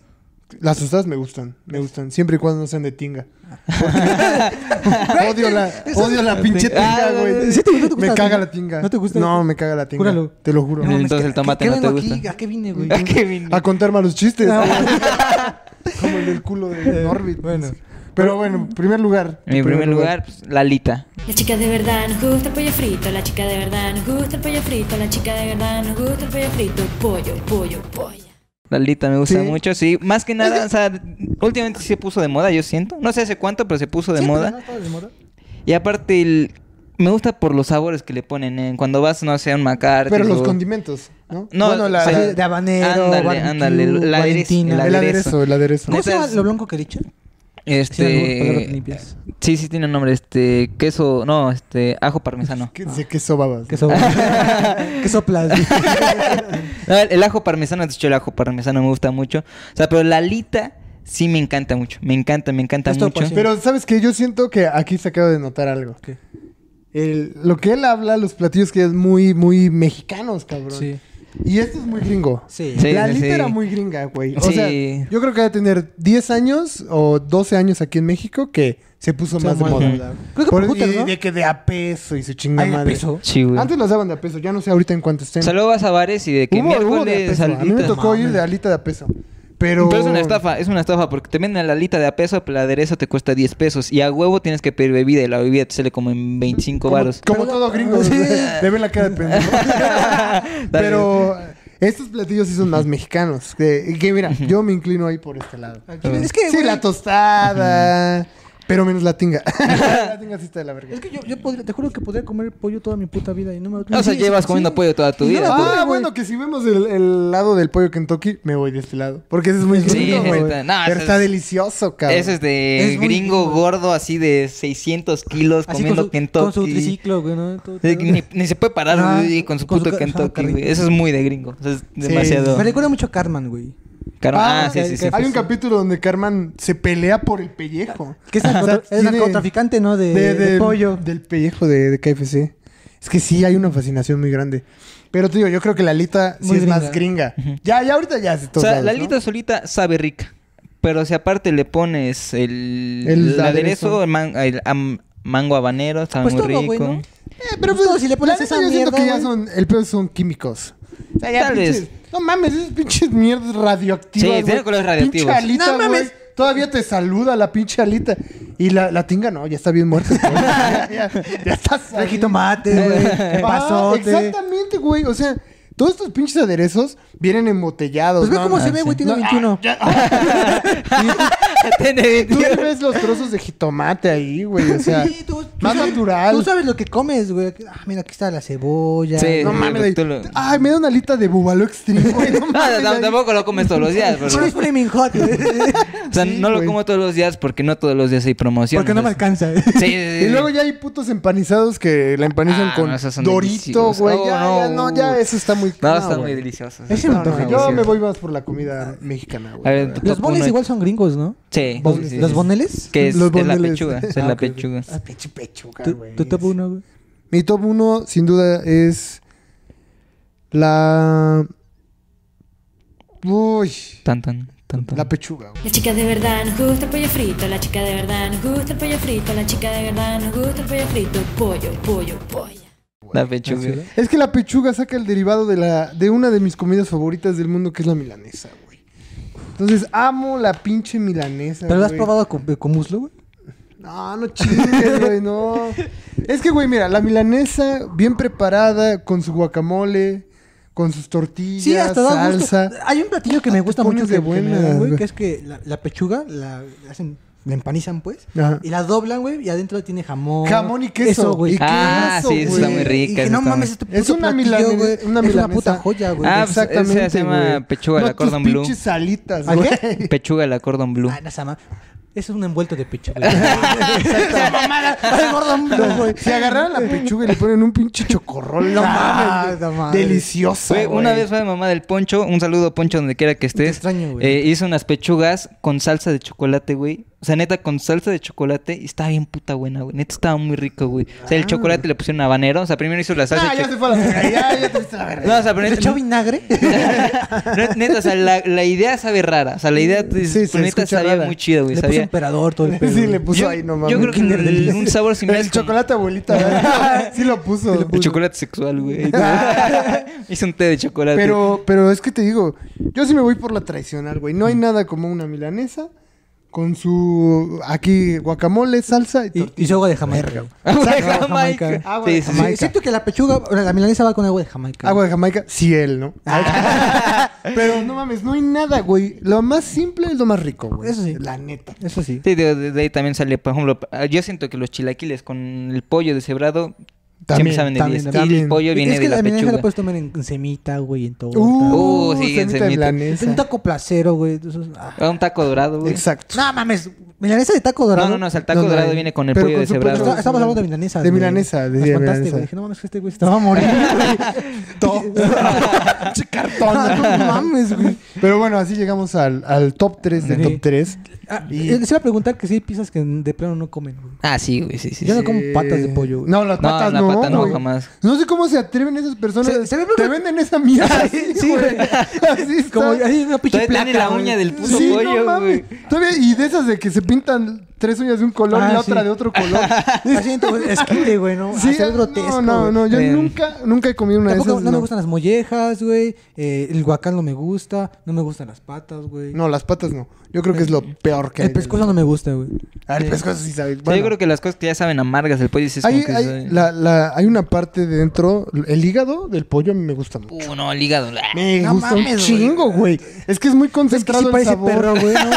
S1: Las tostadas me gustan, me gustan. Siempre y cuando no sean de tinga. odio la,
S3: Eso-
S1: odio la pinche
S2: Ah,
S1: tinga, güey.
S3: ¿sí te gusta? ¿No te gusta
S1: me
S3: la
S1: caga
S3: tinga?
S1: la tinga.
S3: ¿No te gusta?
S1: No, me caga la tinga.
S3: Júralo.
S1: Te lo juro.
S2: No,
S3: mames,
S2: entonces
S3: ¿qué-
S2: el tomate
S3: qué
S2: no te
S3: vengo aquí?
S2: gusta.
S3: ¿A qué vine, güey?
S2: ¿A qué vine?
S1: A contar malos chistes.
S3: Ah,
S1: Como el del culo de Norbit.
S3: Bueno.
S1: Pero bueno, primer lugar.
S2: En mi primer lugar, pues, la alita.
S4: La chica de verdad nos gusta el pollo frito, la chica de verdad nos gusta el pollo frito, la chica de verdad nos gusta el pollo frito, pollo, pollo, pollo.
S2: La alita me gusta
S1: Sí.
S2: mucho, sí. Más que nada, o sea, últimamente sí se puso de moda, yo siento. No sé hace cuánto, pero se puso de
S3: ¿Siempre
S2: moda.
S3: no estabas de moda?
S2: Y aparte, el- me gusta por los sabores que le ponen. ¿eh? Cuando vas, no sé, a un macarty.
S1: Pero los
S2: o-
S1: condimentos, ¿no?
S2: No,
S1: bueno, la,
S2: o sea,
S1: la-
S3: de habanero,
S2: Ándale,
S3: barbecue,
S2: ándale. La
S3: Valentina.
S2: aderezo.
S1: el aderezo, el aderezo.
S3: ¿Cómo se llama
S2: Neta es-
S3: lo blanco que le echan?
S2: Este.
S3: limpias.
S2: Sí, sí tiene un nombre, este, queso, no, este, ajo parmesano.
S1: ¿Qué, ¿De qué sobabas?
S3: Queso, queso
S2: No, el, el ajo parmesano, de hecho el ajo parmesano me gusta mucho. O sea, pero la alita sí me encanta mucho, me encanta, me encanta
S3: Esto
S2: mucho.
S3: pasión.
S1: Pero sabes que yo siento que aquí se acaba de notar algo.
S3: ¿Qué?
S1: El- lo que él habla, los platillos que es muy, muy mexicanos, cabrón.
S3: Sí.
S1: Y esto es muy gringo.
S3: Sí.
S2: Sí.
S1: la lista era
S2: sí.
S1: muy gringa, güey. O
S2: Sí.
S1: sea, yo creo que va a tener 10 años o 12 años aquí en México que se puso
S3: Se
S1: más de
S3: más
S1: moda.
S3: de moda. Creo que por
S1: y
S3: putas, ¿no?
S1: de que de a peso y su chinga
S3: Ay, de
S1: madre.
S3: peso.
S2: Sí, güey.
S1: Antes los daban de a peso, ya no sé ahorita en cuánto estén.
S2: O sea, luego vas a bares y de que
S1: Hubo- hubo de a
S2: miércoles
S1: peso. A mí me
S2: alitas.
S1: tocó ir de alita de a peso. Pero...
S2: Pero es una estafa, es una estafa, porque te venden la alita de a peso, pero el aderezo te cuesta 10 pesos. Y a huevo tienes que pedir bebida, y la bebida te sale como en 25
S1: Como,
S2: varos.
S1: como todo gringo.
S3: Sí.
S1: Le ven la cara de pendejo.
S2: Dale.
S1: Pero estos platillos sí son más mexicanos. Que, que mira, yo me inclino ahí por este lado.
S3: Es que,
S1: sí,
S3: güey,
S1: la tostada. Pero menos la tinga. la tinga sí está de la verga.
S3: Es que yo, yo podría, te juro que podría comer pollo toda mi puta vida y no me
S2: O sea, llevas comiendo pollo toda tu
S3: Y no
S2: vida. pues.
S3: la-
S1: Ah,
S3: güey.
S1: bueno, que si vemos el, el lado del pollo Kentucky, me voy de este lado. Porque ese es muy
S2: Sí,
S1: rico, güey.
S2: neta, no,
S1: Pero
S2: ese
S1: está
S2: es-
S1: delicioso, cabrón.
S2: Ese es de
S3: Es muy
S2: gringo
S3: rico.
S2: gordo, así de 600 kilos,
S3: Así
S2: comiendo
S3: con su,
S2: Kentucky.
S3: Con su triciclo, güey, ¿no? Todo-
S2: Eh, Ni,
S3: todo.
S2: ni se puede parar
S3: Ah,
S2: güey, con su
S3: con su
S2: puto
S3: ca- ajá,
S2: Kentucky,
S3: carrito.
S2: güey. Eso es muy de gringo. O sea, es
S3: Me
S2: demasiado.
S3: recuerda mucho a Cartman, güey.
S2: caro.
S1: Ah,
S2: Ah, sí, sí, sí.
S1: Hay un capítulo donde Carmen se pelea por el pellejo.
S3: Que es
S1: O sea,
S3: narco- es
S1: tiene-
S3: narcotraficante, ¿no? De,
S1: de,
S3: de
S1: del-
S3: pollo.
S1: Del pellejo de, de KFC. Es que sí, hay una fascinación muy grande. Pero te digo, yo creo que la alita sí
S3: Muy
S1: es más gringa.
S3: gringa.
S1: Ya, ya ahorita ya. es de
S2: O
S1: todos
S2: sea,
S1: lados,
S2: la
S1: ¿no?
S2: alita solita sabe rica. Pero si aparte le pones el,
S1: El
S2: el
S1: aderezo.
S2: aderezo, el, man- el am- mango habanero, sabe
S3: Pues
S2: muy
S3: todo, güey,
S2: rico.
S3: ¿no?
S1: Eh, pero
S3: Pues
S1: pues,
S3: todo, si le pones
S1: la neta
S3: esa
S1: yo siento
S3: mierda, Ah,
S1: que ya
S3: güey.
S1: son... El peor son químicos. O sea, ya
S2: Tal
S1: pinches-
S2: vez.
S1: No mames, esas pinches mierdas radioactivas,
S2: Sí,
S1: güey.
S2: tiene colores radioactivos.
S1: Pinche alita,
S3: No mames.
S1: güey, Todavía te saluda la pinche alita. Y la, la tinga, no, ya está bien muerta. güey. ya, ya, ya estás
S3: Trae
S1: ahí.
S3: jitomate, güey.
S1: Ah,
S3: Pasote.
S1: exactamente, güey. O sea, todos estos pinches aderezos vienen embotellados.
S3: Pues ve
S1: no
S2: Ah,
S3: cómo se
S1: mames.
S3: ve, güey, tiene
S1: No, ah,
S3: 21.
S2: Tiene-
S1: Tú le ves los trozos de jitomate ahí, güey. O sea,
S3: Sí, tú- tú
S1: más
S3: sabes-
S1: natural.
S3: Tú sabes lo que comes, güey. Ah, mira, aquí está la cebolla.
S2: Sí.
S1: no mames. ahí.
S2: Eh, Tú lo-
S1: Ay, me da una alita de búbalo extremo, güey. No
S2: No,
S1: mames.
S2: tam-
S1: ahí.
S2: tampoco lo comes todos los días. pero-
S3: Soy flaming hot.
S2: o sea,
S1: Sí,
S2: no lo
S1: güey.
S2: como todos los días porque no todos los días hay promoción.
S3: Porque no me
S2: o sea,
S3: alcanza. eh.
S2: Sí, sí, sí,
S1: Y
S2: sí.
S1: luego ya hay putos empanizados que la empanizan
S2: Ah,
S1: con
S2: no, esos son
S1: dorito,
S2: deliciosos.
S1: güey.
S2: Oh,
S1: ya, ya, no,
S2: no.
S1: ya, eso está muy
S2: No,
S1: no,
S2: están muy
S1: güey.
S2: deliciosos.
S3: Ese
S2: Están
S3: me
S2: muy
S3: antoja,
S1: Yo
S3: güey.
S1: me
S2: deliciosos.
S1: voy más por la comida mexicana,
S2: A
S1: güey.
S2: ver,
S1: la
S2: tú-
S1: verdad.
S3: Los boles
S2: Uno-
S3: igual son gringos, ¿no?
S2: Sí.
S1: Bo-
S2: sí, sí,
S3: ¿Los
S2: sí.
S3: boneles?
S2: Que es,
S1: Los
S2: es la
S1: boneles.
S2: pechuga. Es
S1: Ah,
S2: la
S1: ok, ok.
S2: pechuga.
S1: Ah, pinche pechuga,
S3: Tu,
S1: güey.
S3: tu top uno, güey.
S1: Mi top 1, sin duda, es. La. Uy.
S2: Tan, tan, tan, tan.
S1: La pechuga, güey.
S4: La chica de verdad nos gusta el pollo frito, la chica de verdad nos gusta el pollo frito, la chica de verdad nos gusta el pollo frito, pollo, pollo, pollo.
S2: La
S1: Ah,
S2: pechuga.
S1: Es que la pechuga saca el derivado de, la, de una de mis comidas favoritas del mundo, que es la milanesa, güey. Entonces, amo la pinche milanesa.
S3: ¿Pero lo has
S1: güey.
S3: probado con, eh, con muslo, güey?
S1: No, no chingues, güey, no. Es que, güey, mira, la milanesa bien preparada, con su guacamole, con sus tortillas,
S3: Sí, hasta da gusto.
S1: salsa.
S3: Hay un platillo que
S1: Ah,
S3: me
S1: te
S3: gusta
S1: pones
S3: mucho que,
S1: de
S3: que me
S1: buenas,
S3: dan, güey,
S1: güey.
S3: que es que la, la pechuga la hacen, la empanizan, pues,
S1: Ajá.
S3: y la doblan, güey, y adentro tiene jamón.
S1: Jamón y queso.
S3: güey.
S1: Y
S2: Ah,
S1: queso,
S2: sí, eso está
S1: güey.
S2: muy
S3: Y
S2: rica.
S3: que
S2: eso
S3: no
S2: está
S3: mames,
S2: muy-
S3: este
S1: Es
S3: puto
S1: una
S3: platillo,
S1: milanesa-
S3: güey,
S1: una
S3: Es una
S1: milanesa.
S3: puta joya, güey.
S2: Ah, pues,
S1: Exactamente,
S2: esa se llama
S1: güey.
S2: pechuga de la
S1: tus
S2: Cordon Bleu.
S1: pinches alitas,
S3: ¿Ah,
S1: güey.
S3: qué?
S2: Pechuga de la cordon blue.
S3: Ah, no, esa ma- Eso es un envuelto de pechuga. Esa mamada. Ay, gordo, no, güey.
S1: Si agarraran
S2: Ah,
S1: la pechuga y le ponen un pinche chocorrol, no
S3: Ah,
S1: mames.
S3: no mames.
S1: Delicioso.
S2: Fue
S1: güey.
S2: una vez fue la mamá del Poncho, un saludo Poncho donde quiera que estés.
S3: extraño, güey.
S2: Eh, hizo unas pechugas con salsa de chocolate, güey. O sea, neta, con salsa de chocolate y estaba bien puta buena, güey. Neta, estaba muy rico, güey. O sea, el chocolate le pusieron habanero. O sea, primero hizo la salsa.
S1: Ah,
S2: de
S1: ya
S2: cho-
S1: se fue a la verga, ya, ya te viste la verga.
S2: No, o sea, pero
S3: ¿Le
S2: neta,
S3: echó vinagre?
S2: no, neta, o sea, la, la idea sabe rara. O sea, la idea, tú dices,
S1: Sí, se
S2: neta,
S1: escucha
S2: sabía
S1: rara.
S2: muy chido, güey.
S3: Le puso
S2: Sabía.
S3: emperador todo el pedo.
S1: Sí, le
S3: güey.
S1: puso
S2: Yo-
S1: ahí, no mames.
S2: yo creo que
S1: Kinder
S2: el-
S1: Delicia.
S2: un sabor similar
S1: El
S2: es como-
S1: chocolate abuelita, ¿verdad? Sí lo puso.
S2: El chocolate sexual, güey. hizo un té de chocolate.
S1: Pero, pero es que te digo, yo sí me voy por la tradicional, güey. No hay nada como una milanesa con su aquí guacamole, salsa y
S3: Y,
S1: tortilla.
S3: y su agua de Jamaica. güey.
S2: Ah, güey,
S3: Agua de
S2: Jamaica.
S3: Jamaica. Ah,
S1: Agua de
S2: Sí, sí, sí.
S3: Sí, siento que la pechuga, o sea, la milanesa va con agua de Jamaica.
S1: Agua de Jamaica, sí él, ¿no?
S2: Ah.
S1: pero no mames, no hay nada, güey. Lo más simple es lo más rico, güey.
S3: Eso sí.
S1: La neta.
S3: Eso sí.
S2: Sí, de, de- de ahí también sale, por ejemplo, ah, yo siento que los chilaquiles con el pollo deshebrado
S1: También,
S2: siempre saben de
S3: también,
S2: 10. Y
S1: también.
S2: el pollo viene
S3: es
S2: de
S3: que
S2: la,
S3: la milanesa
S2: pechuga.
S3: la puedes tomar en, en semita, güey, en todo.
S2: Uh, sí,
S1: cenita
S2: en semita.
S3: es
S1: milanesa.
S3: un taco placero, güey. Eso es- ah.
S2: Ah, un taco dorado, güey.
S1: Exacto.
S3: No mames, milanesa de taco
S2: No,
S3: dorado.
S2: no, no, o sea, el taco
S1: No, no,
S2: dorado
S1: no.
S2: viene con el
S1: Pero
S2: pollo
S1: con su
S2: deshebrado.
S1: pollo
S3: Está- Estamos hablando de milanesa.
S1: De milanesa, de-
S3: Nos
S1: de
S3: contaste,
S1: milanesa.
S3: güey. Dije, no mames, que este güey se te va a morir. güey.
S1: Todo. Che cartón.
S3: no mames, güey.
S1: Pero bueno, así llegamos al, al top 3 de
S3: Sí.
S1: top 3.
S3: Ah,
S1: Y-
S3: eh, Les iba a preguntar que si hay pizzas que de plano no comen, güey.
S2: Ah, sí, güey, sí, sí.
S3: Yo
S2: sí.
S3: no como patas de pollo, güey.
S1: No, las
S2: No,
S1: patas
S2: la
S1: no.
S2: pata no,
S1: güey.
S2: jamás.
S1: No sé cómo se atreven esas personas.
S3: Se- se ve
S1: Te
S3: perfecto.
S1: venden esa mierda. así,
S3: sí,
S1: güey.
S3: güey.
S1: Así está.
S3: Como hay una pinche
S2: Todavía tiene
S3: placa,
S2: la
S3: güey.
S2: uña del puto
S1: Sí, no
S2: pollo, güey.
S1: mames. Todavía, y de esas de que se pintan tres uñas de un color
S3: Ah,
S1: y la
S3: sí.
S1: otra de otro color.
S3: Así en tu esquite, güey, ¿no?
S1: Sí,
S3: Hacer
S1: no,
S3: grotesco.
S1: no,
S3: güey.
S1: no. Yo
S2: Bien.
S1: nunca, nunca he comido una
S3: Tampoco
S1: de esas.
S3: no, me
S1: no.
S3: gustan las mollejas, güey. eh, el guacal no me gusta. No me gustan las patas, güey.
S1: No, las patas no. Yo creo que es lo peor que hay.
S3: el pescozo no me gusta, güey.
S1: Ah, el pescuezo sí sabe.
S2: O sea,
S1: Bueno.
S2: yo creo que las cosas que ya saben amargas del pollo sí es como
S1: Hay,
S2: que...
S1: hay-
S2: sabe-
S1: la- la- hay una parte de dentro, el hígado del pollo a mí me gusta mucho.
S2: Uh, no, el hígado. bla.
S1: Me
S3: No
S1: gusta
S3: mames,
S1: un
S3: güey.
S1: chingo, güey. Es que es muy
S3: Es que
S1: concentrado
S3: sí
S1: el
S3: parece
S1: sabor.
S3: perro, güey. ¿no?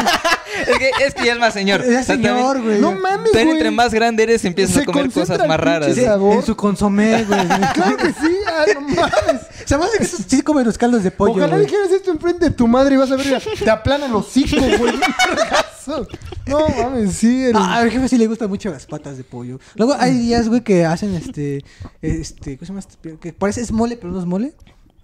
S2: Es que, es que ya es más señor.
S3: Ya
S2: O sea,
S3: señor,
S2: también-
S3: güey.
S1: No mames,
S2: también
S1: güey.
S2: entre más grande eres empiezas
S1: Se
S2: a comer
S1: concentra
S2: cosas
S1: el
S2: más raras.
S1: pinche-
S2: güey.
S1: sabor.
S3: En su consomé, güey.
S1: Claro que sí. Ah, no mames.
S3: Se me hace que esos sí comen los caldos de pollo,
S1: Ojalá
S3: güey.
S1: dijeras esto enfrente de tu madre y vas a ver, mira, te aplana el hocico, güey. Un vergazo. No Mm. mames, sí. el-
S3: No, a ver, Ah, jefe sí le gustan mucho las patas de pollo. Luego hay días, güey, que hacen este. este ¿Cómo se llama? este pi- Que parece es mole, pero no es mole.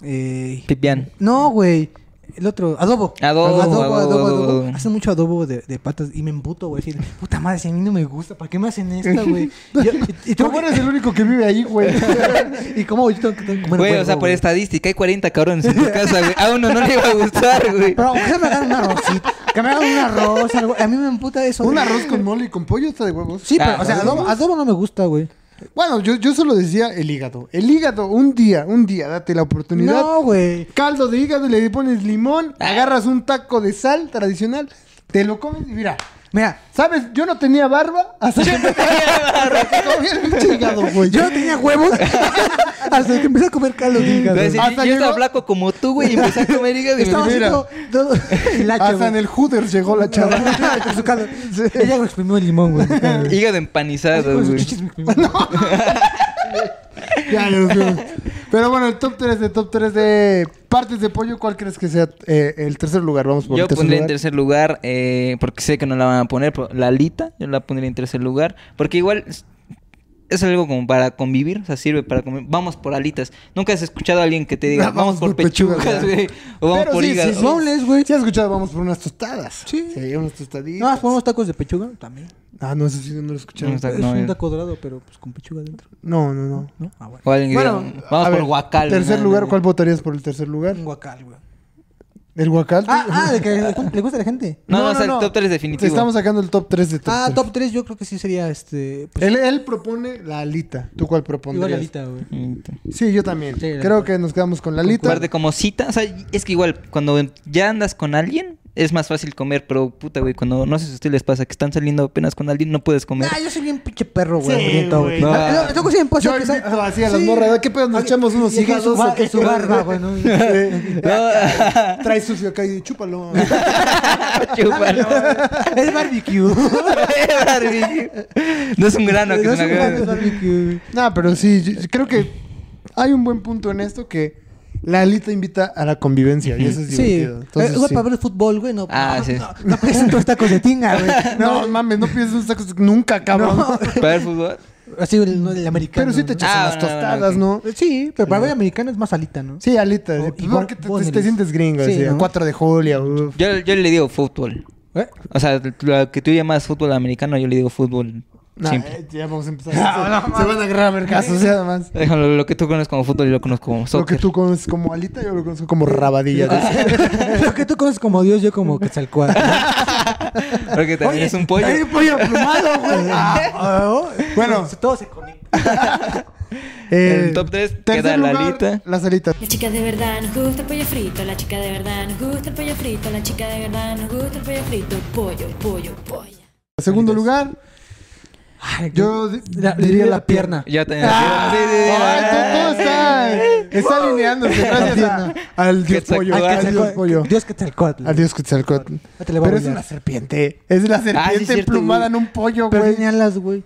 S3: Eh,
S2: Pipián.
S3: no, güey. El otro, adobo.
S2: Adobo, adobo, adobo.
S3: Hacen mucho adobo de, de patas y me emputo, güey. Así de, Puta madre, si a mí no me gusta, ¿para qué me hacen esta, güey? Y, yo- y, y tengo
S1: Tú
S3: que-
S1: eres el único que vive ahí, güey.
S3: y cómo yo tengo que tengo que comer
S2: Güey,
S3: huevo,
S2: o sea, por
S3: güey.
S2: estadística hay 40 cabrones en tu casa, güey. A uno no le iba a gustar, güey.
S3: Pero aunque sea me hagan un arrocito, que me hagan un arroz, algo. A mí me emputa eso.
S1: Un
S3: güey.
S1: arroz con mole y con pollo está de huevos.
S3: Sí, pero,
S2: Ah,
S3: o sea, adobo, adobo no me gusta, güey.
S1: Bueno, yo, yo solo decía el hígado. El hígado, un día, un día, date la oportunidad.
S3: No, güey.
S1: Caldo de hígado, le pones limón, agarras un taco de sal tradicional, te lo comes y mira.
S3: Mira,
S1: ¿Sabes? Yo no tenía barba hasta que me hasta que comí el pinche hígado, güey.
S3: Yo no tenía huevos hasta que empecé a comer caldo de hígado.
S2: Va a decir,
S1: Hasta
S2: yo
S1: llegó-
S2: estaba flaco como tú, güey, y empecé a comer hígado. y
S3: Estaba
S2: me-
S1: Mira.
S3: haciendo todo el hacha,
S1: Hasta
S3: güey.
S1: en el Hooters llegó la chava.
S3: Con su caldo. Ella me exprimió el limón, güey. con caldo.
S2: Hígado empanizado,
S3: Con sus
S2: güey.
S3: chichis me exprimió. No,
S1: Ya, ya, ya. Pero bueno, el top 3 de top 3 de partes de pollo, ¿cuál crees que sea eh, el tercer lugar? Vamos por
S2: Yo
S1: el tercer
S2: pondría en
S1: lugar.
S2: tercer lugar, eh, porque sé que no la van a poner, pero la alita, yo la pondría en tercer lugar. Porque igual es, es algo como para convivir, o sea, sirve para comer. Vamos por alitas. Nunca has escuchado a alguien que te diga,
S1: No,
S2: vamos, por pechugas, güey. O vamos
S1: Pero
S2: por
S1: sí,
S2: hígado.
S1: sí,
S3: sí. boneless, güey.
S1: ¿Sí has escuchado? Vamos por unas tostadas.
S3: Sí.
S1: unas tostaditas.
S3: más ponemos tacos de pechuga también.
S1: Ah, no, eso sí no lo escuché.
S2: No, está-
S3: Es
S2: no,
S3: un
S2: eh.
S3: taco dorado, pero pues con pechuga adentro,
S1: No, no, no.
S3: ¿no? Ah, bueno.
S2: O alguien que diga, vamos
S1: a
S2: por
S1: ver,
S2: guacal.
S1: Tercer
S2: ¿no?
S1: lugar, ¿cuál votarías por el tercer lugar?
S3: Un guacal, güey.
S1: ¿El guacal?
S3: Ah, ah, de que le gusta a la gente.
S2: No, no, o sea, el top 3 definitivo.
S1: Estamos sacando el top 3 de top
S3: Ah,
S1: tres.
S3: top 3 yo creo que sí sería este. pues,
S1: Él, él propone la alita. ¿Tú cuál propondrías?
S3: igual la alita, güey.
S2: Mm.
S1: Sí, yo también.
S3: Sí, la
S1: Creo
S3: alita.
S1: que nos quedamos con la alita.
S2: Aparte, como cita, o sea, es que igual, cuando ya andas con alguien, es más fácil comer, pero puta, güey, cuando no sé si a ustedes les pasa que están saliendo apenas con alguien, no puedes comer.
S3: Ah, yo soy bien pinche perro, güey.
S1: Sí,
S3: hambriento,
S1: güey.
S2: No.
S3: Ah, lo- Luego sí me pasa
S1: Yo
S3: que sa-
S1: invito así a las
S3: Sí.
S1: morras. ¿Qué pedo? ¿Nos echamos unos
S3: Y aquí
S1: hígados
S3: su,
S1: o
S3: bar-
S1: qué?
S3: su barba, güey. ¿no?
S1: Eh, Trae sucio acá y chúpalo.
S2: Chúpalo.
S3: Es barbecue.
S2: no es un grano que
S3: No
S2: se me acaba.
S3: es un grano, es barbecue.
S1: No, pero sí, yo- yo creo que hay un buen punto en esto que la alita invita a la convivencia y eso es
S3: Sí.
S1: divertido. Entonces,
S3: Eh, güey,
S1: sí.
S3: para ver el fútbol, güey, no.
S2: Ah,
S3: no,
S2: sí.
S3: No, no piensen todos tacos de tinga, güey.
S1: No, mames, no pienses en tacos nunca, cabrón.
S3: No.
S2: ¿Para ver fútbol?
S3: Así el, no, el americano.
S1: Pero sí te eh,
S3: ¿no?
S1: echas
S2: Ah,
S1: unas
S2: no, no, no,
S1: tostadas,
S2: ok.
S1: ¿no?
S3: Sí, pero para ver americano es más alita, ¿no?
S1: Sí, alitas.
S3: O-
S1: sí, porque
S3: y bon-
S1: te, te-
S3: boneles.
S1: te sientes gringo,
S3: Sí,
S1: así,
S3: ¿no?
S1: 4 de julio. uf.
S2: Yo, yo le digo fútbol.
S3: ¿Eh?
S2: O sea, lo que tú llamas fútbol americano, yo le digo fútbol
S1: Nah,
S2: simple.
S1: eh, ya vamos a empezar. se, se van a agarrar a mercazos, ya además.
S2: Déjalo, lo que tú conoces como fútbol, yo lo conozco como
S1: Lo que
S2: soccer.
S1: tú conoces como alita, yo lo conozco como rabadilla.
S3: Lo que tú conoces como Dios, yo como Quetzalcóatl.
S2: Porque también es un pollo.
S3: Hay un pollo plumado, güey.
S1: Bueno.
S3: bueno, todo se conecta.
S1: Eh,
S2: El top tres
S1: tercer
S2: queda la
S1: lugar,
S2: alita.
S1: Las alitas.
S4: La chica de verdad nos gusta el pollo frito, la chica de verdad nos gusta el pollo frito, la chica de verdad nos gusta el pollo frito, pollo, pollo, pollo.
S1: Segundo lugar, yo di- diría la pierna.
S2: Ya también. sí, sí, sí.
S1: Ah, Ay, todo, todo está, está alineándose gracias a- al dios
S2: Quetzalcóatl.
S1: pollo. Al dios pollo.
S2: Al
S3: Quetzalcóatl. Dios Quetzalcóatl.
S1: Al dios Quetzalcóatl.
S3: Ah, te le voy a
S1: Pero es
S3: voltear.
S1: una serpiente. Es la serpiente
S2: Ah, cierto,
S1: emplumada
S2: güey.
S1: en un pollo,
S3: Pero
S1: güey.
S3: tiene alas, güey.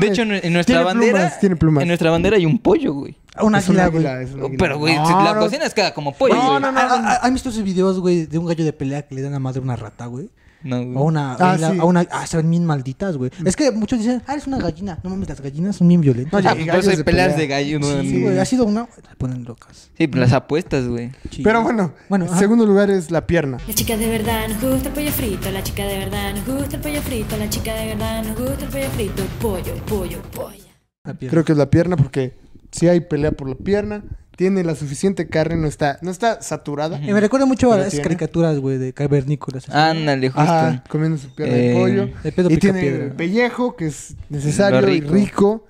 S2: De hecho, en, en nuestra
S1: Tiene
S2: bandera.
S1: plumas, tiene plumas.
S2: En nuestra bandera hay un pollo, güey. Oh,
S3: Un
S1: Es un
S3: águila, güey.
S1: águila, es un águila.
S2: Pero, güey, si
S1: No,
S2: la
S1: no.
S2: cocina es cada como pollo.
S1: No,
S2: güey.
S1: no, no.
S3: Ah, ah, ¿Han visto esos videos, güey, de un gallo de pelea que le dan a madre a una rata, güey?
S2: No, güey.
S3: O una,
S1: Ah,
S3: o la-
S1: sí. Mm.
S3: a una. Ah, se ven bien malditas, güey. Es que muchos dicen, ah, eres una gallina. No mames, las gallinas son bien violentas.
S1: Oye,
S2: Ah,
S1: y
S2: pues por
S1: gallos
S2: eso hay
S1: de
S2: peleas
S1: pelea.
S2: de gallo. no,
S3: sí,
S2: no.
S3: güey. Ha sido una. Se ponen locas.
S2: Sí, pues las apuestas, güey.
S3: Sí.
S1: Pero bueno,
S3: Bueno,
S1: el
S3: ajá.
S1: segundo lugar es la pierna.
S4: La chica de verdad nos gusta el pollo frito, la chica de verdad nos gusta el pollo frito, la chica de verdad nos gusta el pollo frito, pollo, pollo, pollo.
S3: La pierna.
S1: Creo que es la pierna porque si hay pelea por la pierna, tiene la suficiente carne, no está, no está saturada.
S3: Eh, me recuerda mucho a
S1: Pero
S3: las
S1: tiene. Ah.
S3: caricaturas, güey, de cavernícolas. así.
S2: Ándale, justo.
S1: Ajá, comiendo su pierna de
S2: Eh,
S1: pollo.
S3: de pedo
S1: y
S3: pica
S1: tiene
S3: piedra.
S1: el pellejo, que es necesario
S2: Lo
S1: y
S2: rico.
S1: rico.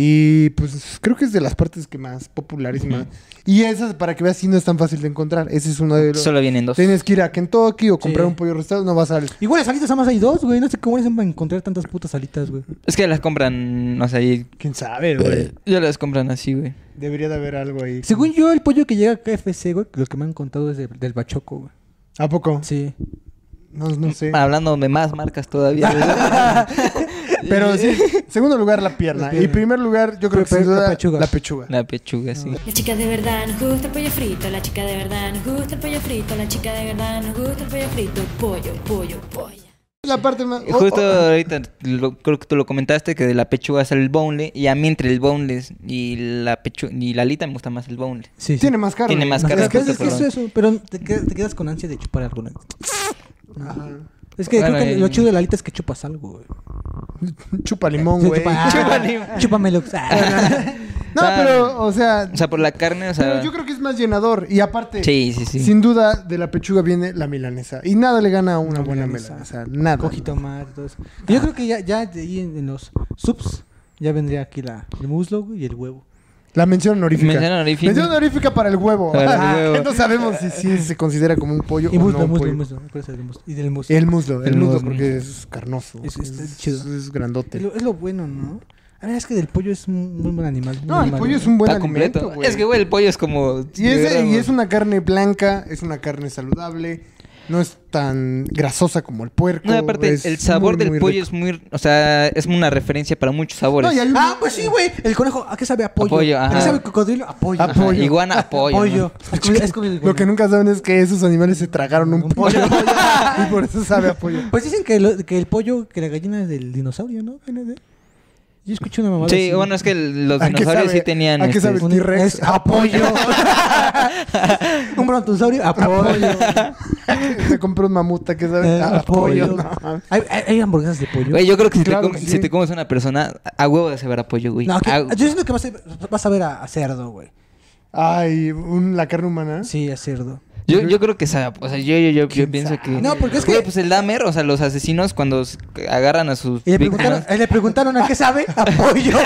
S1: Y pues creo que es de las partes que más popularísimas. Y esas, para que veas, sí no es tan fácil de encontrar. Ese es uno de los...
S2: Solo vienen dos.
S1: Tienes que ir a Kentucky o comprar
S3: Sí.
S1: un pollo rostado, no vas al...
S3: Igual las alitas nada más hay dos, güey. No sé cómo hacen para encontrar tantas putas alitas, güey.
S2: Es que las compran, o sea, ahí.
S1: ¿Quién sabe, güey?
S2: Ya las compran así, güey.
S1: Debería de haber algo ahí.
S3: Según yo, el pollo que llega a KFC, güey, lo que me han contado es de- del bachoco, güey.
S1: ¿A poco?
S3: Sí. Ah.
S1: No, no sé.
S2: Hablando de más marcas todavía. güey.
S1: Pero sí, segundo lugar la pierna.
S3: La pierna.
S1: Y primer lugar, yo creo
S3: Pero-
S1: que sin
S3: pero la
S1: duda,
S3: pechuga.
S1: la pechuga.
S2: La pechuga, sí.
S4: La chica de verdad nos gusta el pollo frito, la chica de verdad nos gusta el pollo frito, la chica de verdad nos gusta el pollo frito, pollo, pollo, pollo.
S1: La parte más... oh,
S2: Justo
S1: oh,
S2: ahorita lo- creo que tú lo comentaste que de la pechuga sale el boneless y a mí entre el boneless y la pechuga y la alita me gusta más el boneless.
S3: Sí. sí.
S1: tiene más carne.
S2: Tiene más
S3: Las
S2: carne,
S1: Es que
S3: características
S2: justo,
S1: es que
S3: es
S1: eso
S2: perdón.
S1: es-
S3: eso, pero te quedas, te quedas con ansia de chupar alguna.
S1: Ajá.
S3: Es que
S2: Bueno,
S3: creo que
S2: y-
S3: lo chido de la alita es que chupas algo, güey.
S1: Chupa limón, güey.
S3: Chupa,
S2: Chupa limón.
S3: Chúpamelo. Ah.
S1: No,
S2: Ah.
S1: pero, o sea...
S2: O sea, por la carne, o sea,
S1: pero yo creo que es más llenador. Y aparte,
S2: Sí, sí, sí.
S1: sin duda, de la pechuga viene la milanesa. Y nada le gana a una
S3: Una
S1: buena milanesa.
S3: milanesa.
S1: Nada.
S3: Cojito más, todo eso. Yo creo que ya, ya de ahí en, en los subs ya vendría aquí la, el muslo güey, y el huevo.
S1: La mención honorífica.
S2: Mención honorífica.
S1: Mención honorífica para el huevo.
S2: Para el
S1: Ah,
S2: huevo.
S1: no sabemos si, si se considera como un pollo
S3: Y
S1: o
S3: muslo,
S1: no un
S3: muslo,
S1: pollo.
S3: muslo. ¿Cuál es el muslo? Y del muslo.
S1: El muslo, el,
S2: El
S1: muslo,
S2: muslo.
S1: porque es carnoso.
S3: Es- es- es chido.
S1: es grandote.
S3: Es lo, es lo bueno, ¿no? A ver, es que del pollo es un muy buen animal. muy
S1: No, el
S3: animal,
S1: pollo
S3: ¿no?
S1: es un buen
S2: está completo.
S1: alimento, güey.
S2: Es que güey, el pollo es como
S1: Y
S2: de
S1: es,
S2: verdad,
S1: y
S2: güey.
S1: es una carne blanca, es una carne saludable, no es tan grasosa como el puerco.
S2: No, y aparte
S1: es
S2: el sabor
S1: muy,
S2: del
S1: muy
S2: pollo
S1: rico.
S2: es muy, o sea, es una referencia para muchos sabores.
S1: No, y hay un-
S3: Ah, pues sí, güey. El conejo, ¿a qué sabe a pollo?
S2: A pollo,
S3: ¿A
S2: ajá.
S3: qué sabe cocodrilo? A pollo.
S1: A
S2: Ajá,
S1: pollo.
S2: Iguana a pollo.
S3: Pollo. Es como- es como el
S1: Lo que
S3: iguana.
S1: nunca saben es que esos animales se tragaron un,
S3: Un
S1: pollo.
S3: pollo.
S1: y por eso sabe a pollo.
S3: Pues dicen que, lo- que el pollo, que la gallina es del dinosaurio, ¿no? Viene de- Yo escuché una
S2: ¿no?
S3: mamada.
S2: Sí,
S3: así.
S2: bueno, es que el- los
S1: ¿A qué
S2: dinosaurios
S1: sabe-
S2: sí tenían
S1: a qué
S2: este,
S1: sabe?
S3: Un
S1: T-Rex,
S3: es a pollo. un brontosaurio a pollo.
S1: Se compró un mamuta que sabe Ah,
S3: Eh,
S1: a,
S3: a
S1: pollo.
S3: pollo.
S1: no.
S3: ¿Hay, hay- hay hamburguesas de pollo.
S2: Güey, yo creo que si,
S1: Claro
S2: te comes,
S1: que sí. Ah,
S2: si te comes una persona, a huevo de saber a pollo, güey. ah,
S3: No, aquí-
S2: A-
S3: yo siento que vas a, vas a ver a, a cerdo, güey.
S1: Ay, un- la carne humana.
S3: Sí, a cerdo.
S2: Yo, yo creo que sabe, o sea, yo, yo, yo, yo pienso que...
S3: No, porque es que-
S2: Güey, pues el Dahmer, o sea, los asesinos cuando s- agarran a sus
S3: Y le preguntaron,
S2: víctimas...
S3: eh, le preguntaron a qué sabe a pollo.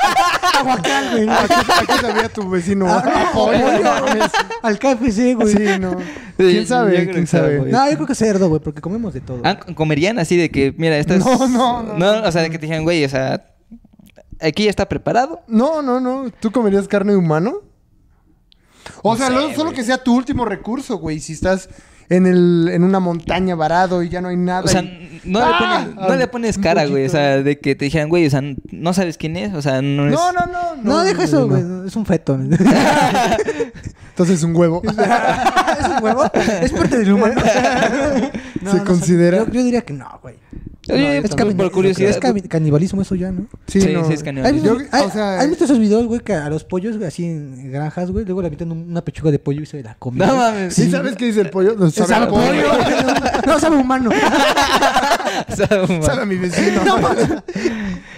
S3: Aguacal, güey.
S1: Ah, ¿A qué, a qué sabía tu vecino?
S3: Ah,
S1: A pollo.
S3: pollo.
S1: no mames.
S3: Al KFC, güey.
S1: Sí, no.
S2: yo-
S1: ¿Quién
S2: yo
S1: sabe?
S2: creo
S1: ¿Quién
S2: que sabe a
S1: sabe?
S2: pollo.
S3: No, yo creo que cerdo, güey, porque comemos de todo.
S2: Ah, ¿Comerían así de que, mira, esta es...
S1: No, no, no,
S2: No, o sea, de que te dijeron, güey, o sea, aquí ya está preparado.
S1: No, no, no. ¿Tú comerías carne de humano? O
S2: No
S1: sea,
S2: sé,
S1: no solo
S2: güey.
S1: que sea tu último recurso, güey. Si estás en, el, en una montaña varado y ya no hay nada.
S2: O sea,
S1: y-
S2: no,
S1: ¡Ah!
S2: le pones, no le pones
S1: Un
S2: cara, güey. O
S1: poquito.
S2: sea, de que te dijeran, güey, o sea, no sabes quién es. O sea, no es.
S1: No, no, no.
S3: No, deja eso, güey. Es un feto. ¿Es
S1: Entonces es un huevo.
S3: un huevo? ¿Es parte del humano?
S1: ¿Se considera?
S3: Yo, yo diría que no, güey.
S2: Oye,
S3: No,
S2: pues,
S3: es cani-
S2: por curiosidad.
S3: Es cani- canibalismo eso ya, ¿no?
S2: Sí, sí, es
S3: ¿Has
S2: canibalismo.
S3: visto,
S1: Yo-
S3: hay-
S1: o sea,
S3: ¿has visto esos videos, güey, que a los pollos, güey, así en granjas, güey, luego le meten un- una pechuga de pollo y se la comen? Ah,
S2: No
S3: güey?
S2: mames.
S1: ¿Sí sabes qué dice el pollo? No,
S3: Sabe,
S1: a
S3: a pollo. no, sabe a humano.
S2: O sea, man.
S1: Sabe a mi vecino. pues.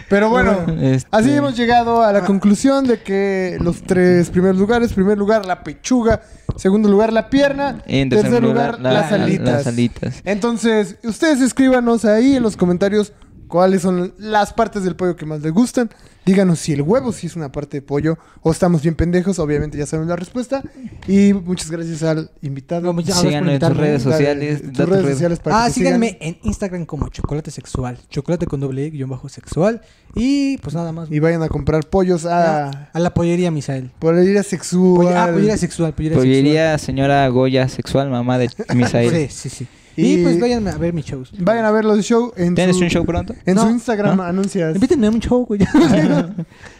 S1: Pero bueno,
S2: Este-
S1: así hemos llegado a la conclusión de que los tres primeros lugares, primer lugar la pechuga, segundo lugar la pierna,
S2: En
S1: tercer, lugar,
S2: la-
S1: las, alitas.
S2: las alitas.
S1: Entonces, ustedes escríbanos ahí en los comentarios cuáles son las partes del pollo que más les gustan. Díganos si el huevo sí es una parte de pollo o estamos bien pendejos, obviamente ya saben la respuesta. Y muchas gracias al invitado.
S3: No, ya hablas por
S2: Síganlo en tus
S3: invitarme,
S2: redes
S1: Dale,
S2: sociales.
S1: tus
S2: da tus
S1: redes
S2: redes.
S1: sociales para
S3: Ah,
S1: que te
S3: síganme
S1: sigan.
S3: en Instagram como Chocolate Sexual. Chocolate con doble E, guión bajo sexual. Y pues nada más.
S1: Y vayan a comprar pollos a...
S3: A la pollería, Misael.
S1: Por ir a sexual.
S3: Polle- ah, pollería sexual, pollería sexual.
S2: Pollería, señora Goya, sexual, mamá de Misael.
S3: Sí, sí, sí. Y,
S1: Y-
S3: pues vayan a ver mis shows.
S1: Vayan a ver los show en
S2: ¿Tienes
S1: su,
S2: un show pronto?
S1: En su
S3: No.
S1: Instagram
S2: No.
S1: anuncias.
S3: Invítenme a un show, güey.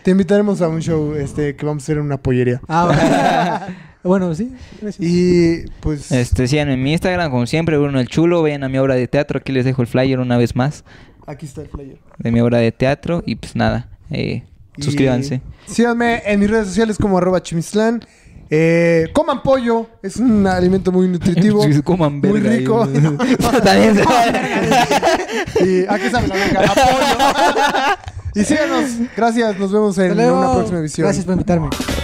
S1: Te invitaremos a un show este que vamos a hacer en una pollería.
S3: ah, bueno, sí. Gracias.
S1: Y pues
S2: Este, síganme en mi Instagram, como siempre, Bruno el Chulo. Vayan a mi obra de teatro. Aquí les dejo el flyer una vez más
S1: aquí está el flyer.
S2: de mi obra de teatro. Y pues nada, eh,
S1: Y
S2: suscríbanse.
S1: Síganme en mis redes sociales como arroba chimistlán. Eh, coman pollo, es un alimento muy nutritivo.
S2: Sí, coman
S1: muy
S2: verga,
S1: rico.
S2: eh. También se
S1: y aquí sabe la verga, a pollo. y síganos. Gracias, nos vemos en
S3: Hasta luego.
S1: una próxima edición.
S3: Gracias por invitarme.